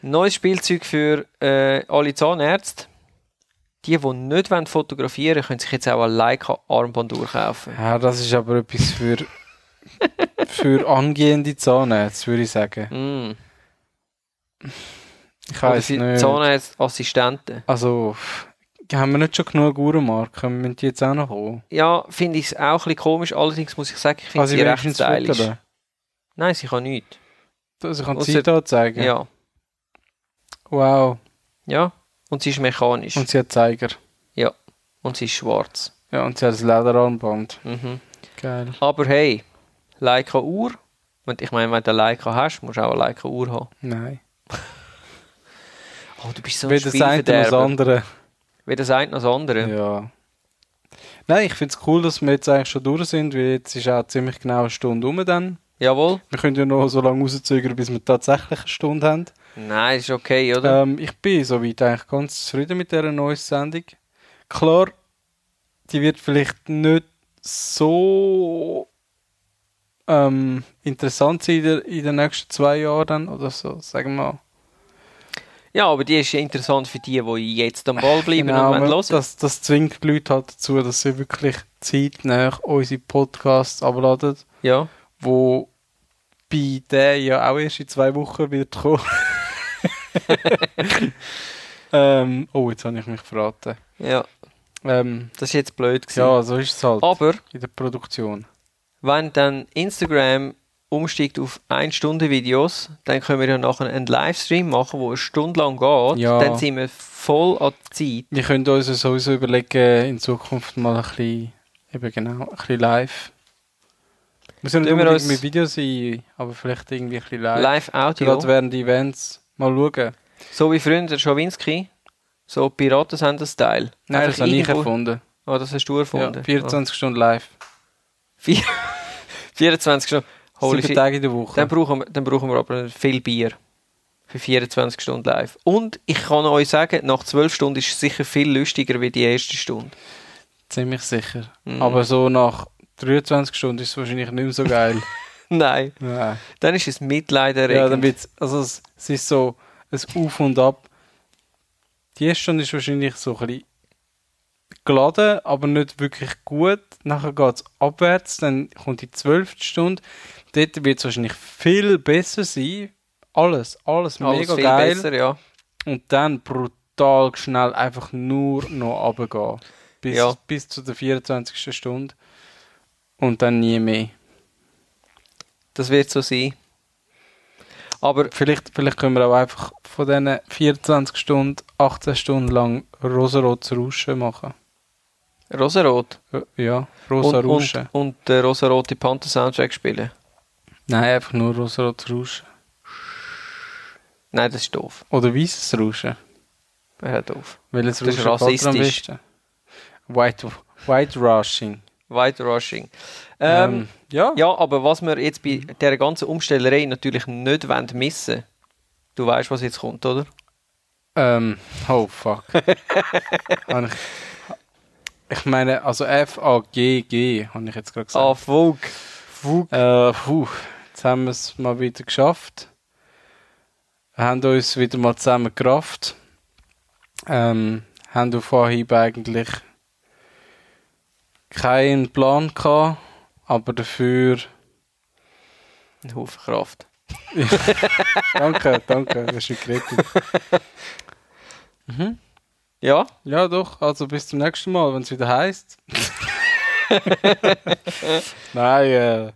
S2: Neues Spielzeug für äh, alle Zahnärzte. Die, die nicht wollen fotografieren wollen, können sich jetzt auch ein Leica Armbanduhr kaufen.
S1: Ja, das ist aber etwas für,
S2: [LAUGHS]
S1: für angehende Zahnärzte, würde ich sagen.
S2: Mm.
S1: Ich
S2: Oder
S1: weiß
S2: für
S1: nicht.
S2: Zahnärzte-Assistenten.
S1: Also, pff, haben wir nicht schon genug Uhrenmarken? Müssen die jetzt auch noch kommen?
S2: Ja, finde ich es auch ein bisschen komisch. Allerdings muss ich sagen, ich finde
S1: Also,
S2: sie
S1: ich
S2: recht
S1: wenigstens
S2: stylisch.
S1: futtern.
S2: Nein, sie kann nichts.
S1: Also, ich kann
S2: Ausser-
S1: die Zeit anzeigen.
S2: Ja.
S1: Wow.
S2: ja. Und sie ist mechanisch.
S1: Und sie hat Zeiger.
S2: Und sie ist schwarz.
S1: Ja, und sie hat ein Lederarmband.
S2: Mhm.
S1: Geil.
S2: Aber hey, Leica Uhr. Und ich meine, wenn du eine Leica hast, musst du auch eine Leica Uhr haben.
S1: Nein.
S2: Oh, du bist so ein
S1: Weder das eine noch das
S2: Spielverderber.
S1: andere.
S2: Weder das eine noch das andere.
S1: Ja. Nein, ich finde es cool, dass wir jetzt eigentlich schon durch sind, weil jetzt ist auch ziemlich genau eine Stunde um dann.
S2: Jawohl.
S1: Wir können ja noch so lange rauszögern, bis wir tatsächlich eine Stunde haben.
S2: Nein, ist okay, oder?
S1: Ähm, ich bin soweit eigentlich ganz zufrieden mit dieser neuen Sendung. Klar, die wird vielleicht nicht so ähm, interessant sein in der- in den nächsten zwei Jahren dann oder so, sagen wir mal.
S2: Ja, aber die ist ja interessant für die, die jetzt am Ball bleiben und wollen
S1: man-
S2: hören.
S1: Genau, das, das zwingt die Leute halt dazu, dass sie wirklich zeitnah unsere Podcasts abladen,
S2: Ja.
S1: wo bei der ja auch erst in zwei Wochen wird kommen.
S2: [LAUGHS]
S1: ähm, oh, jetzt habe ich mich verraten.
S2: ja,
S1: Ähm,
S2: das ist jetzt blöd gewesen.
S1: ja, so ist es halt
S2: Aber
S1: in der Produktion.
S2: wenn dann Instagram umsteigt auf 1 Stunde Videos, dann können wir ja nachher einen Livestream machen, wo eine Stunde lang geht.
S1: Ja.
S2: Dann sind wir voll an die Zeit.
S1: Wir können uns ja sowieso überlegen, in Zukunft mal ein bisschen, eben genau, ein bisschen live. Muss ja nicht
S2: Tun wir
S1: unbedingt
S2: uns-
S1: mit Video sein, aber vielleicht irgendwie ein bisschen live.
S2: Live Audio.
S1: Gerade während Events. Mal schauen.
S2: So wie früher der Schawinski. So Piraten sind das Teil.
S1: Nein, das habe ich erfunden.
S2: Oh, das hast du erfunden.
S1: Ja, 24 Stunden live.
S2: [LAUGHS] Ah, 24 Stunden. Holy
S1: Sieben
S2: shit.
S1: Tage in der Woche.
S2: Dann brauchen, wir, dann brauchen wir aber viel Bier. Für 24 Stunden live. Und ich kann euch sagen, nach 12 Stunden ist es sicher viel lustiger wie die erste Stunde. [LAUGHS]
S1: Ziemlich sicher.
S2: Mhm.
S1: Aber so nach 23 Stunden ist es wahrscheinlich nicht mehr so geil.
S2: [LAUGHS] Nein.
S1: Nein.
S2: Dann ist es mitleiderregend.
S1: Ja, dann wird's, also es, es ist so ein Auf und Ab. Die erste Stunde ist wahrscheinlich so ein bisschen geladen, aber nicht wirklich gut. Nachher geht es abwärts, dann kommt die zwölfte Stunde. Dort wird es wahrscheinlich viel besser sein. Alles, alles,
S2: Alles
S1: mega
S2: viel
S1: geil.
S2: besser, ja.
S1: Und dann brutal schnell einfach nur noch runtergehen. Bis,
S2: Ja.
S1: bis zu der 24. Stunde. Und dann nie mehr.
S2: Das wird so sein. Aber
S1: Vielleicht, vielleicht können wir auch einfach von diesen 24 Stunden, 18 Stunden lang rosarotes Rauschen machen. Äh,
S2: Rosarot
S1: Ja, rosa
S2: und,
S1: Rauschen.
S2: und, und der rosarote Panther Soundtrack spielen.
S1: Nein, einfach nur rosarotes Rauschen.
S2: Nein, das ist doof.
S1: Oder weißes Rauschen.
S2: Wäre doof.
S1: Welches
S2: Das ist
S1: Rauschen passt am
S2: rassistisch.
S1: besten? White, White Rushing.
S2: White Rushing. Ähm,
S1: ja.
S2: Ja, aber was wir jetzt bei dieser ganzen Umstellerei natürlich nicht wollen missen du weißt, was jetzt kommt, oder?
S1: Ähm, oh fuck. Habe ich, ich meine, also F-A-G-G habe ich jetzt gerade gesagt.
S2: Ah, Vogue. Vogue.
S1: Äh, puh, jetzt haben wir es mal wieder geschafft. Wir haben uns wieder mal zusammen gerafft. Ähm, haben auf Anhieb eigentlich keinen Plan gehabt, aber dafür.
S2: Ein Haufen Kraft.
S1: Danke, danke, das ist kreativ. mhm.
S2: Ja,
S1: Ja, doch, also bis zum nächsten Mal, wenn es wieder heißt. [LAUGHS] Nein, äh,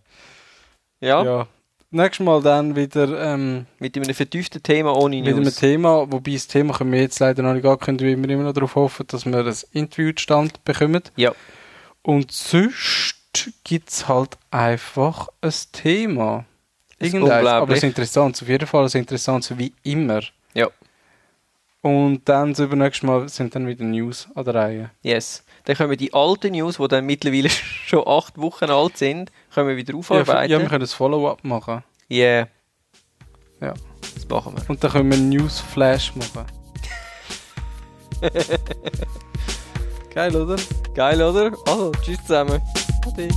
S2: ja,
S1: ja. Nächstes Mal dann wieder. Ähm,
S2: Mit einem vertieften Thema ohne
S1: Mit einem
S2: News.
S1: Thema, wobei das Thema können wir jetzt leider noch nicht angehen, weil wir immer noch darauf hoffen, dass wir ein Interview zustande bekommen.
S2: Ja.
S1: Und sonst gibt es halt einfach ein Thema.
S2: Das ist
S1: Irgendeins. Aber es
S2: unglaublich.
S1: ist interessant. Auf jeden Fall ist es interessant, wie immer.
S2: Ja.
S1: Und dann das übernächste Mal sind dann wieder News an der Reihe.
S2: Yes. Dann können wir die alten News, die dann mittlerweile [LAUGHS] schon acht Wochen alt sind, können wir wieder
S1: Ja, f- ja, wir
S2: aufarbeiten.
S1: können ein Follow-up machen.
S2: Yeah.
S1: Ja.
S2: Das machen wir.
S1: Und dann können wir einen News-Flash machen. Geil, oder?
S2: Geil, oder? Also, tschüss zusammen. Ade.